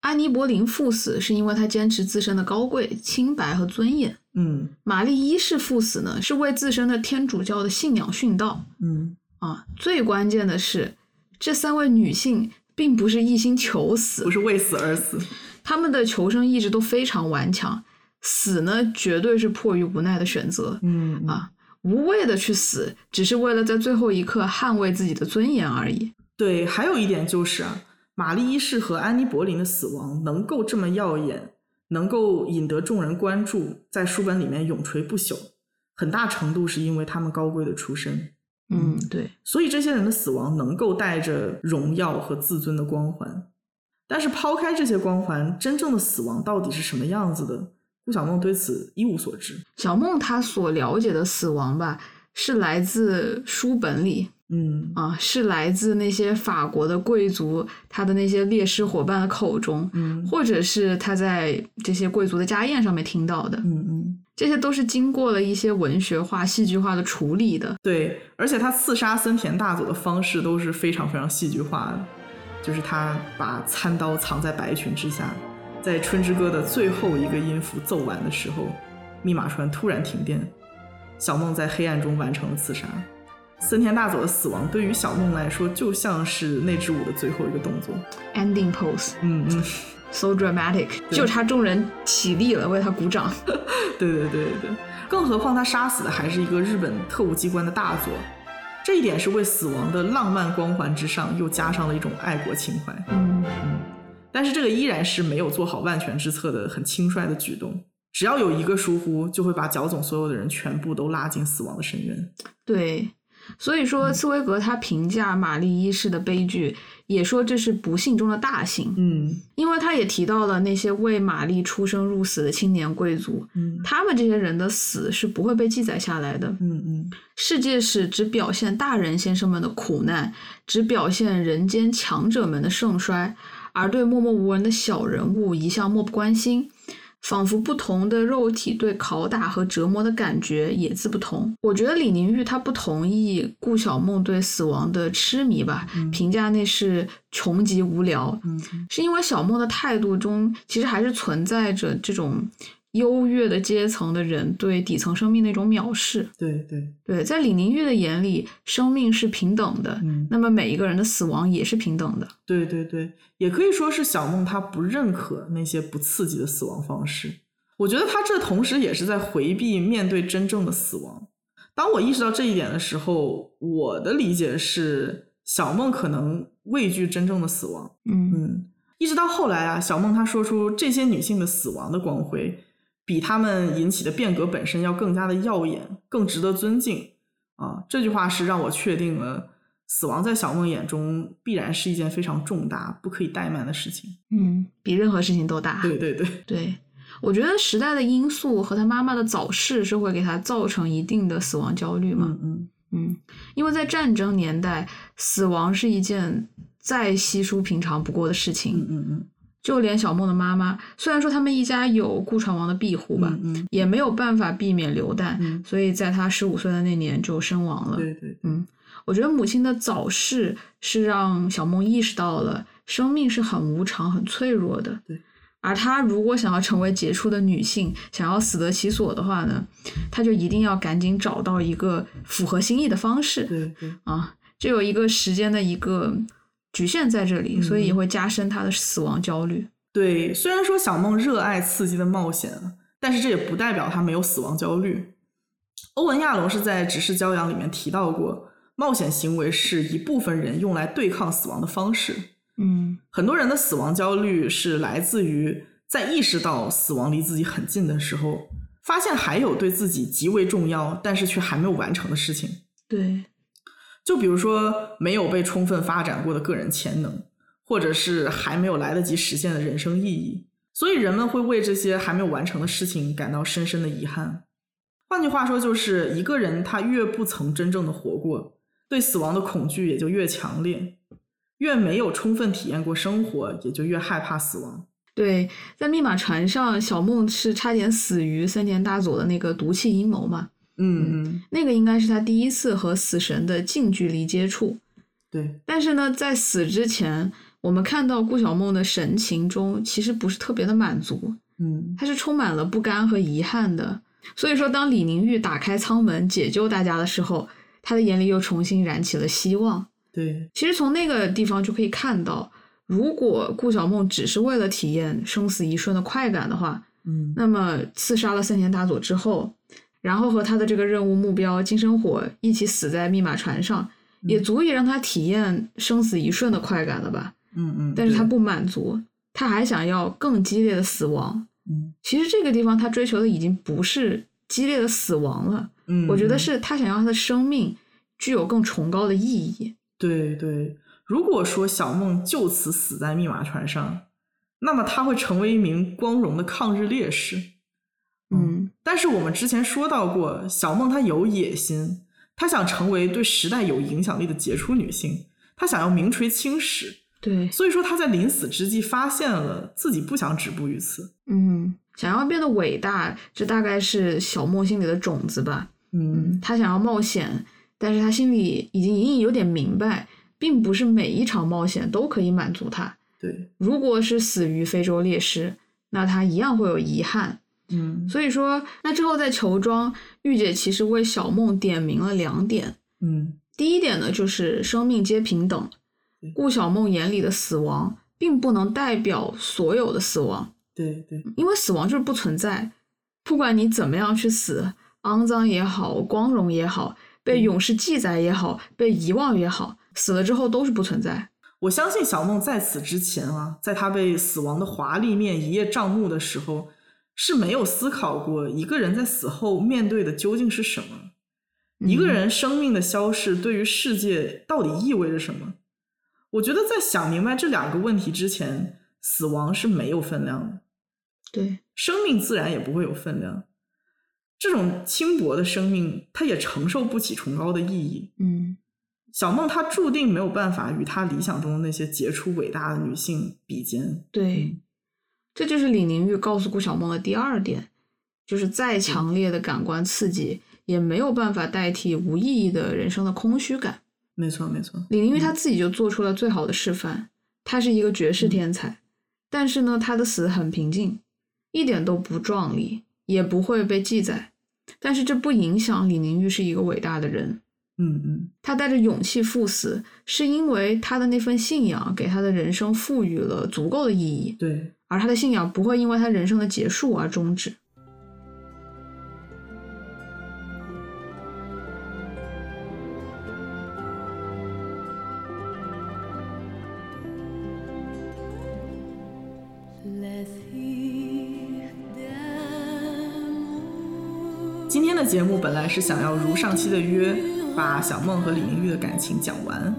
[SPEAKER 1] 安妮·柏林赴死是因为她坚持自身的高贵、清白和尊严。
[SPEAKER 3] 嗯嗯
[SPEAKER 1] 玛丽一世赴死呢，是为自身的天主教的信仰殉道。
[SPEAKER 3] 嗯
[SPEAKER 1] 啊，最关键的是，这三位女性并不是一心求死
[SPEAKER 3] 不，是为死而死。
[SPEAKER 1] 她们的求生意志都非常顽强，死呢绝对是迫于无奈的选择，
[SPEAKER 3] 嗯
[SPEAKER 1] 啊无谓的去死，只是为了在最后一刻捍卫自己的尊严而已。
[SPEAKER 3] 对，还有一点就是啊，玛丽一世和安妮·柏林的死亡能够这么耀眼，能够引得众人关注，在书本里面永垂不朽，很大程度是因为他们高贵的出身。
[SPEAKER 1] 嗯，对，
[SPEAKER 3] 所以这些人的死亡能够带着荣耀和自尊的光环。但是抛开这些光环，真正的死亡到底是什么样子的？顾晓梦对此一无所知。
[SPEAKER 1] 小梦她所了解的死亡吧，是来自书本里
[SPEAKER 3] 嗯
[SPEAKER 1] 啊，是来自那些法国的贵族他的那些烈士伙伴的口中，
[SPEAKER 3] 嗯
[SPEAKER 1] 或者是他在这些贵族的家宴上面听到的。
[SPEAKER 3] 嗯嗯，
[SPEAKER 1] 这些都是经过了一些文学化、戏剧化的处理的。
[SPEAKER 3] 对，而且他刺杀森田大佐的方式都是非常非常戏剧化的，就是他把餐刀藏在白裙之下，在《春之歌》的最后一个音符奏完的时候，密码船突然停电，小梦在黑暗中完成了刺杀。森田大佐的死亡对于小梦来说，就像是那支舞的最后一个动作。
[SPEAKER 1] Ending pose
[SPEAKER 3] 嗯嗯，
[SPEAKER 1] so dramatic，
[SPEAKER 3] 对
[SPEAKER 1] 就差众人起立了为他鼓 掌。
[SPEAKER 3] 对对对对对，更何况他杀死的还是一个日本特务机关的大佐，这一点是为死亡的浪漫光环之上又加上了一种爱国情怀。
[SPEAKER 1] 嗯，
[SPEAKER 3] 但是这个依然是没有做好万全之策的很轻率的举动，只要有一个疏忽，就会把脚总所有的人全部都拉进死亡的深渊。
[SPEAKER 1] 对。所以
[SPEAKER 3] 嗯
[SPEAKER 1] 说，茨威格他评价玛丽一世的悲剧，也说这是不幸中的大幸，
[SPEAKER 3] 嗯
[SPEAKER 1] 因为他也提到了那些为玛丽出生入死的青年贵族，
[SPEAKER 3] 嗯
[SPEAKER 1] 他们这些人的死是不会被记载下来的。
[SPEAKER 3] 嗯嗯
[SPEAKER 1] 世界史只表现大人先生们的苦难，只表现人间强者们的盛衰，而对默默无闻的小人物一向漠不关心。仿佛不同的肉体对拷打和折磨的感觉也自不同。我觉得李宁玉他不同意顾晓梦对死亡的痴迷吧，评价那是穷极无聊，
[SPEAKER 3] 嗯
[SPEAKER 1] 是因为小莫的态度中，其实还是存在着这种优越的阶层的人对底层生命的一种藐视。
[SPEAKER 3] 对对，
[SPEAKER 1] 对，在李宁玉的眼里，生命是平等的，
[SPEAKER 3] 嗯
[SPEAKER 1] 那么每一个人的死亡也是平等的。
[SPEAKER 3] 对对对，也可以说是小梦他不认可那些不刺激的死亡方式。我觉得他这同时也是在回避面对真正的死亡。当我意识到这一点的时候，我的理解是，小梦可能畏惧真正的死亡，
[SPEAKER 1] 嗯
[SPEAKER 3] 嗯，一直到后来啊，小梦她说出这些女性的死亡的光辉，比她们引起的变革本身要更加的耀眼，更值得尊敬啊。这句话是让我确定了，死亡在小梦眼中必然是一件非常重大、不可以怠慢的事情。
[SPEAKER 1] 嗯，比任何事情都大。
[SPEAKER 3] 对对对，
[SPEAKER 1] 对我觉得时代的因素和他妈妈的早逝是会给他造成一定的死亡焦虑嘛。
[SPEAKER 3] 嗯嗯
[SPEAKER 1] 嗯，因为在战争年代，死亡是一件再稀疏平常不过的事情。
[SPEAKER 3] 嗯嗯
[SPEAKER 1] 就连小梦的妈妈，虽然说他们一家有顾传王的庇护
[SPEAKER 3] 嗯，
[SPEAKER 1] 吧，
[SPEAKER 3] 嗯嗯
[SPEAKER 1] 也没有办法避免流弹，
[SPEAKER 3] 嗯，
[SPEAKER 1] 所以在他十五岁的那年就身亡了。
[SPEAKER 3] 对对，
[SPEAKER 1] 我觉得母亲的早逝是让小梦意识到了生命是很无常、很脆弱的。
[SPEAKER 3] 对，
[SPEAKER 1] 而她如果想要成为杰出的女性，想要死得其所的话呢，她就一定要赶紧找到一个符合心意的方式
[SPEAKER 3] 对对，
[SPEAKER 1] 啊。这有一个时间的一个局限在这里，
[SPEAKER 3] 嗯
[SPEAKER 1] 所以也会加深她的死亡焦虑。
[SPEAKER 3] 对，虽然说小梦热爱刺激的冒险，但是这也不代表他没有死亡焦虑。欧文·亚龙是在《只是骄阳》里面提到过，冒险行为是一部分人用来对抗死亡的方式。
[SPEAKER 1] 嗯
[SPEAKER 3] 很多人的死亡焦虑是来自于在意识到死亡离自己很近的时候，发现还有对自己极为重要但是却还没有完成的事情。
[SPEAKER 1] 对，
[SPEAKER 3] 就比如说没有被充分发展过的个人潜能，或者是还没有来得及实现的人生意义，所以人们会为这些还没有完成的事情感到深深的遗憾。换句话说，就是一个人他越不曾真正的活过，对死亡的恐惧也就越强烈。越没有充分体验过生活，也就越害怕死亡。
[SPEAKER 1] 对，在密码船上，小梦是差点死于森田大佐的那个毒气阴谋嘛。
[SPEAKER 3] 嗯嗯，
[SPEAKER 1] 那个应该是他第一次和死神的近距离接触。
[SPEAKER 3] 对，
[SPEAKER 1] 但是呢，在死之前，我们看到顾小梦的神情中，其实不是特别的满足，
[SPEAKER 3] 嗯，
[SPEAKER 1] 他是充满了不甘和遗憾的。所以说，当李宁玉打开舱门解救大家的时候，他的眼里又重新燃起了希望。
[SPEAKER 3] 对，
[SPEAKER 1] 其实从那个地方就可以看到，如果顾小梦只是为了体验生死一瞬的快感的话，
[SPEAKER 3] 嗯，
[SPEAKER 1] 那么刺杀了森田大佐之后，然后和他的这个任务目标金生火一起死在密码船上，
[SPEAKER 3] 嗯
[SPEAKER 1] 也足以让他体验生死一瞬的快感了吧？
[SPEAKER 3] 嗯嗯，
[SPEAKER 1] 但是他
[SPEAKER 3] 对，
[SPEAKER 1] 不满足，他还想要更激烈的死亡。
[SPEAKER 3] 嗯
[SPEAKER 1] 其实这个地方他追求的已经不是激烈的死亡了，
[SPEAKER 3] 嗯，
[SPEAKER 1] 我觉得
[SPEAKER 3] 嗯
[SPEAKER 1] 是他想要他的生命具有更崇高的意义。
[SPEAKER 3] 对对，如果说小梦就此死在密码船上，那么他会成为一名光荣的抗日烈士。
[SPEAKER 1] 嗯
[SPEAKER 3] 但是我们之前说到过，小梦她有野心，她想成为对时代有影响力的杰出女性，她想要名垂青史。
[SPEAKER 1] 对，
[SPEAKER 3] 所以说，她在临死之际发现了自己不想止步于此。
[SPEAKER 1] 嗯，想要变得伟大，这大概是小莫心里的种子吧。
[SPEAKER 3] 嗯，
[SPEAKER 1] 他想要冒险，但是他心里已经隐隐有点明白，并不是每一场冒险都可以满足他。
[SPEAKER 3] 对，
[SPEAKER 1] 如果是死于非洲猎狮，那他一样会有遗憾。
[SPEAKER 3] 嗯
[SPEAKER 1] 所以说，那之后在球庄，御姐其实为小梦点明了两点。
[SPEAKER 3] 嗯
[SPEAKER 1] 第一点呢，就是生命皆平等。顾小梦眼里的死亡，并不能代表所有的死亡。
[SPEAKER 3] 对对
[SPEAKER 1] 因为死亡就是不存在，不管你怎么样去死，肮脏也好，光荣也好，被勇士记载也好，被遗忘也好，死了之后都是不存在。
[SPEAKER 3] 我相信小梦在此之前啊，在她被死亡的华丽面一叶障目的时候，是没有思考过一个人在死后面对的究竟是什么，一
[SPEAKER 1] 嗯
[SPEAKER 3] 个人生命的消逝对于世界到底意味着什么。我觉得在想明白这两个问题之前，死亡是没有分量的，
[SPEAKER 1] 对，
[SPEAKER 3] 生命自然也不会有分量。这种轻薄的生命，它也承受不起崇高的意义。
[SPEAKER 1] 嗯，
[SPEAKER 3] 小梦她注定没有办法与她理想中的那些杰出伟大的女性比肩。
[SPEAKER 1] 对，
[SPEAKER 3] 嗯
[SPEAKER 1] 这就是李宁玉告诉顾小梦的第二点，就是再强烈的感官刺激也没有办法代替无意义的人生的空虚感。
[SPEAKER 3] 没错，没错。
[SPEAKER 1] 李宁玉他自己就做出了最好的示范，他是一个绝世天才，但是呢，他的死很平静，一点都不壮丽，也不会被记载。但是这不影响李宁玉是一个伟大的人，
[SPEAKER 3] 嗯嗯，
[SPEAKER 1] 他带着勇气赴死，是因为他的那份信仰给他的人生赋予了足够的意义，
[SPEAKER 3] 对，
[SPEAKER 1] 而他的信仰不会因为他人生的结束而终止。
[SPEAKER 2] Let's hear them.
[SPEAKER 3] 今天的节目本来是想要如上期的约，把小梦和李宁玉的感情讲完，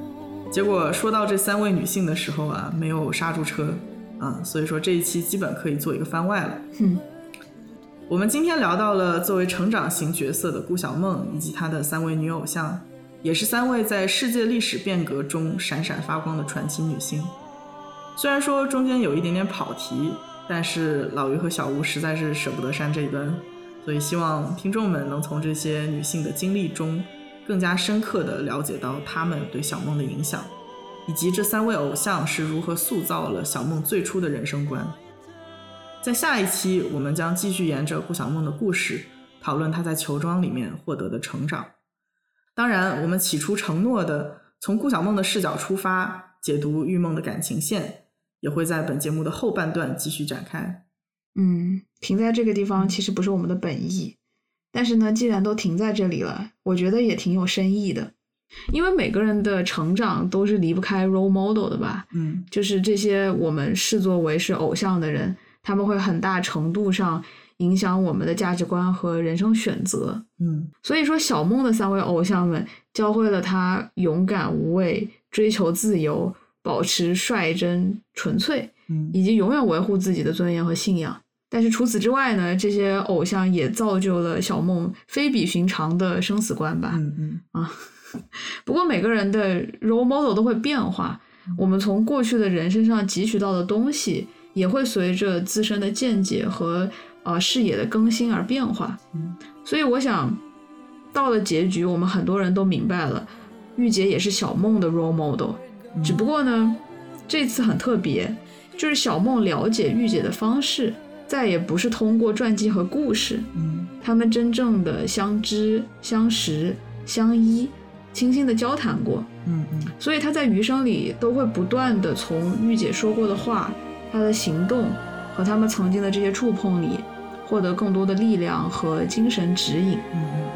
[SPEAKER 3] 结果说到这三位女性的时候啊，没有刹住车啊，所以说这一期基本可以做一个番外了。
[SPEAKER 1] 嗯，
[SPEAKER 3] 我们今天聊到了作为成长型角色的顾小梦以及她的三位女偶像，也是三位在世界历史变革中闪闪发光的传奇女性。虽然说中间有一点点跑题，但是老于和小吴实在是舍不得删这一段，所以希望听众们能从这些女性的经历中，更加深刻地了解到她们对小梦的影响，以及这三位偶像是如何塑造了小梦最初的人生观。在下一期，我们将继续沿着顾小梦的故事，讨论她在球庄里面获得的成长。当然，我们起初承诺的从顾小梦的视角出发，解读玉梦的感情线，也会在本节目的后半段继续展开。
[SPEAKER 1] 嗯，停在这个地方其实不是我们的本意，但是呢，既然都停在这里了，我觉得也挺有深意的，因为每个人的成长都是离不开 role model 的吧，
[SPEAKER 3] 嗯
[SPEAKER 1] 就是这些我们视作为是偶像的人，他们会很大程度上影响我们的价值观和人生选择。
[SPEAKER 3] 嗯
[SPEAKER 1] 所以说，小梦的三位偶像们教会了他勇敢无畏、追求自由、保持率真纯粹。
[SPEAKER 3] 嗯
[SPEAKER 1] 以及永远维护自己的尊严和信仰。但是除此之外呢，这些偶像也造就了小梦非比寻常的生死观吧。
[SPEAKER 3] 嗯嗯
[SPEAKER 1] 不过每个人的 role model 都会变化，我们从过去的人身上汲取到的东西，也会随着自身的见解和呃视野的更新而变化。
[SPEAKER 3] 嗯
[SPEAKER 1] 所以我想，到了结局，我们很多人都明白了，玉洁也是小梦的 role model，只不过呢，这次很特别，就是小梦了解玉洁的方式，再也不是通过传记和故事，
[SPEAKER 3] 嗯
[SPEAKER 1] 他们真正的相知、相识、相依，轻轻的交谈过。
[SPEAKER 3] 嗯嗯
[SPEAKER 1] 所以他在余生里都会不断的从玉姐说过的话、她的行动和他们曾经的这些触碰里，获得更多的力量和精神指引。
[SPEAKER 3] 嗯嗯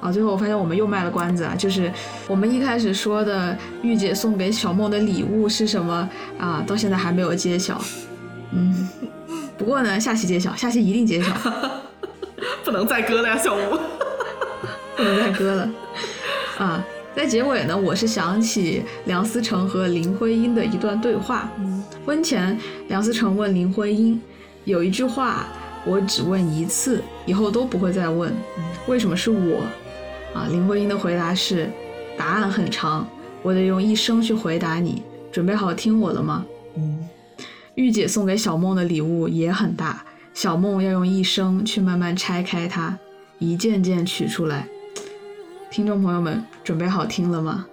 [SPEAKER 1] 啊，最后我发现我们又卖了关子啊，就是我们一开始说的玉姐送给小梦的礼物是什么啊，到现在还没有揭晓。嗯，不过呢，下期揭晓，下期一定揭晓。
[SPEAKER 3] 嗯， 不能再割了呀，小吴。
[SPEAKER 1] 不能再割了。啊，在结尾呢，我是想起梁思成和林徽因的一段对话。婚前，梁思成问林徽因有一句话，我只问一次，以后都不会再问，为什么是我？啊，林徽因的回答是：答案很长，我得用一生去回答你。准备好听我的吗？
[SPEAKER 3] 嗯
[SPEAKER 1] 玉姐送给小梦的礼物也很大，小梦要用一生去慢慢拆开它，一件件取出来。听众朋友们，准备好听了吗？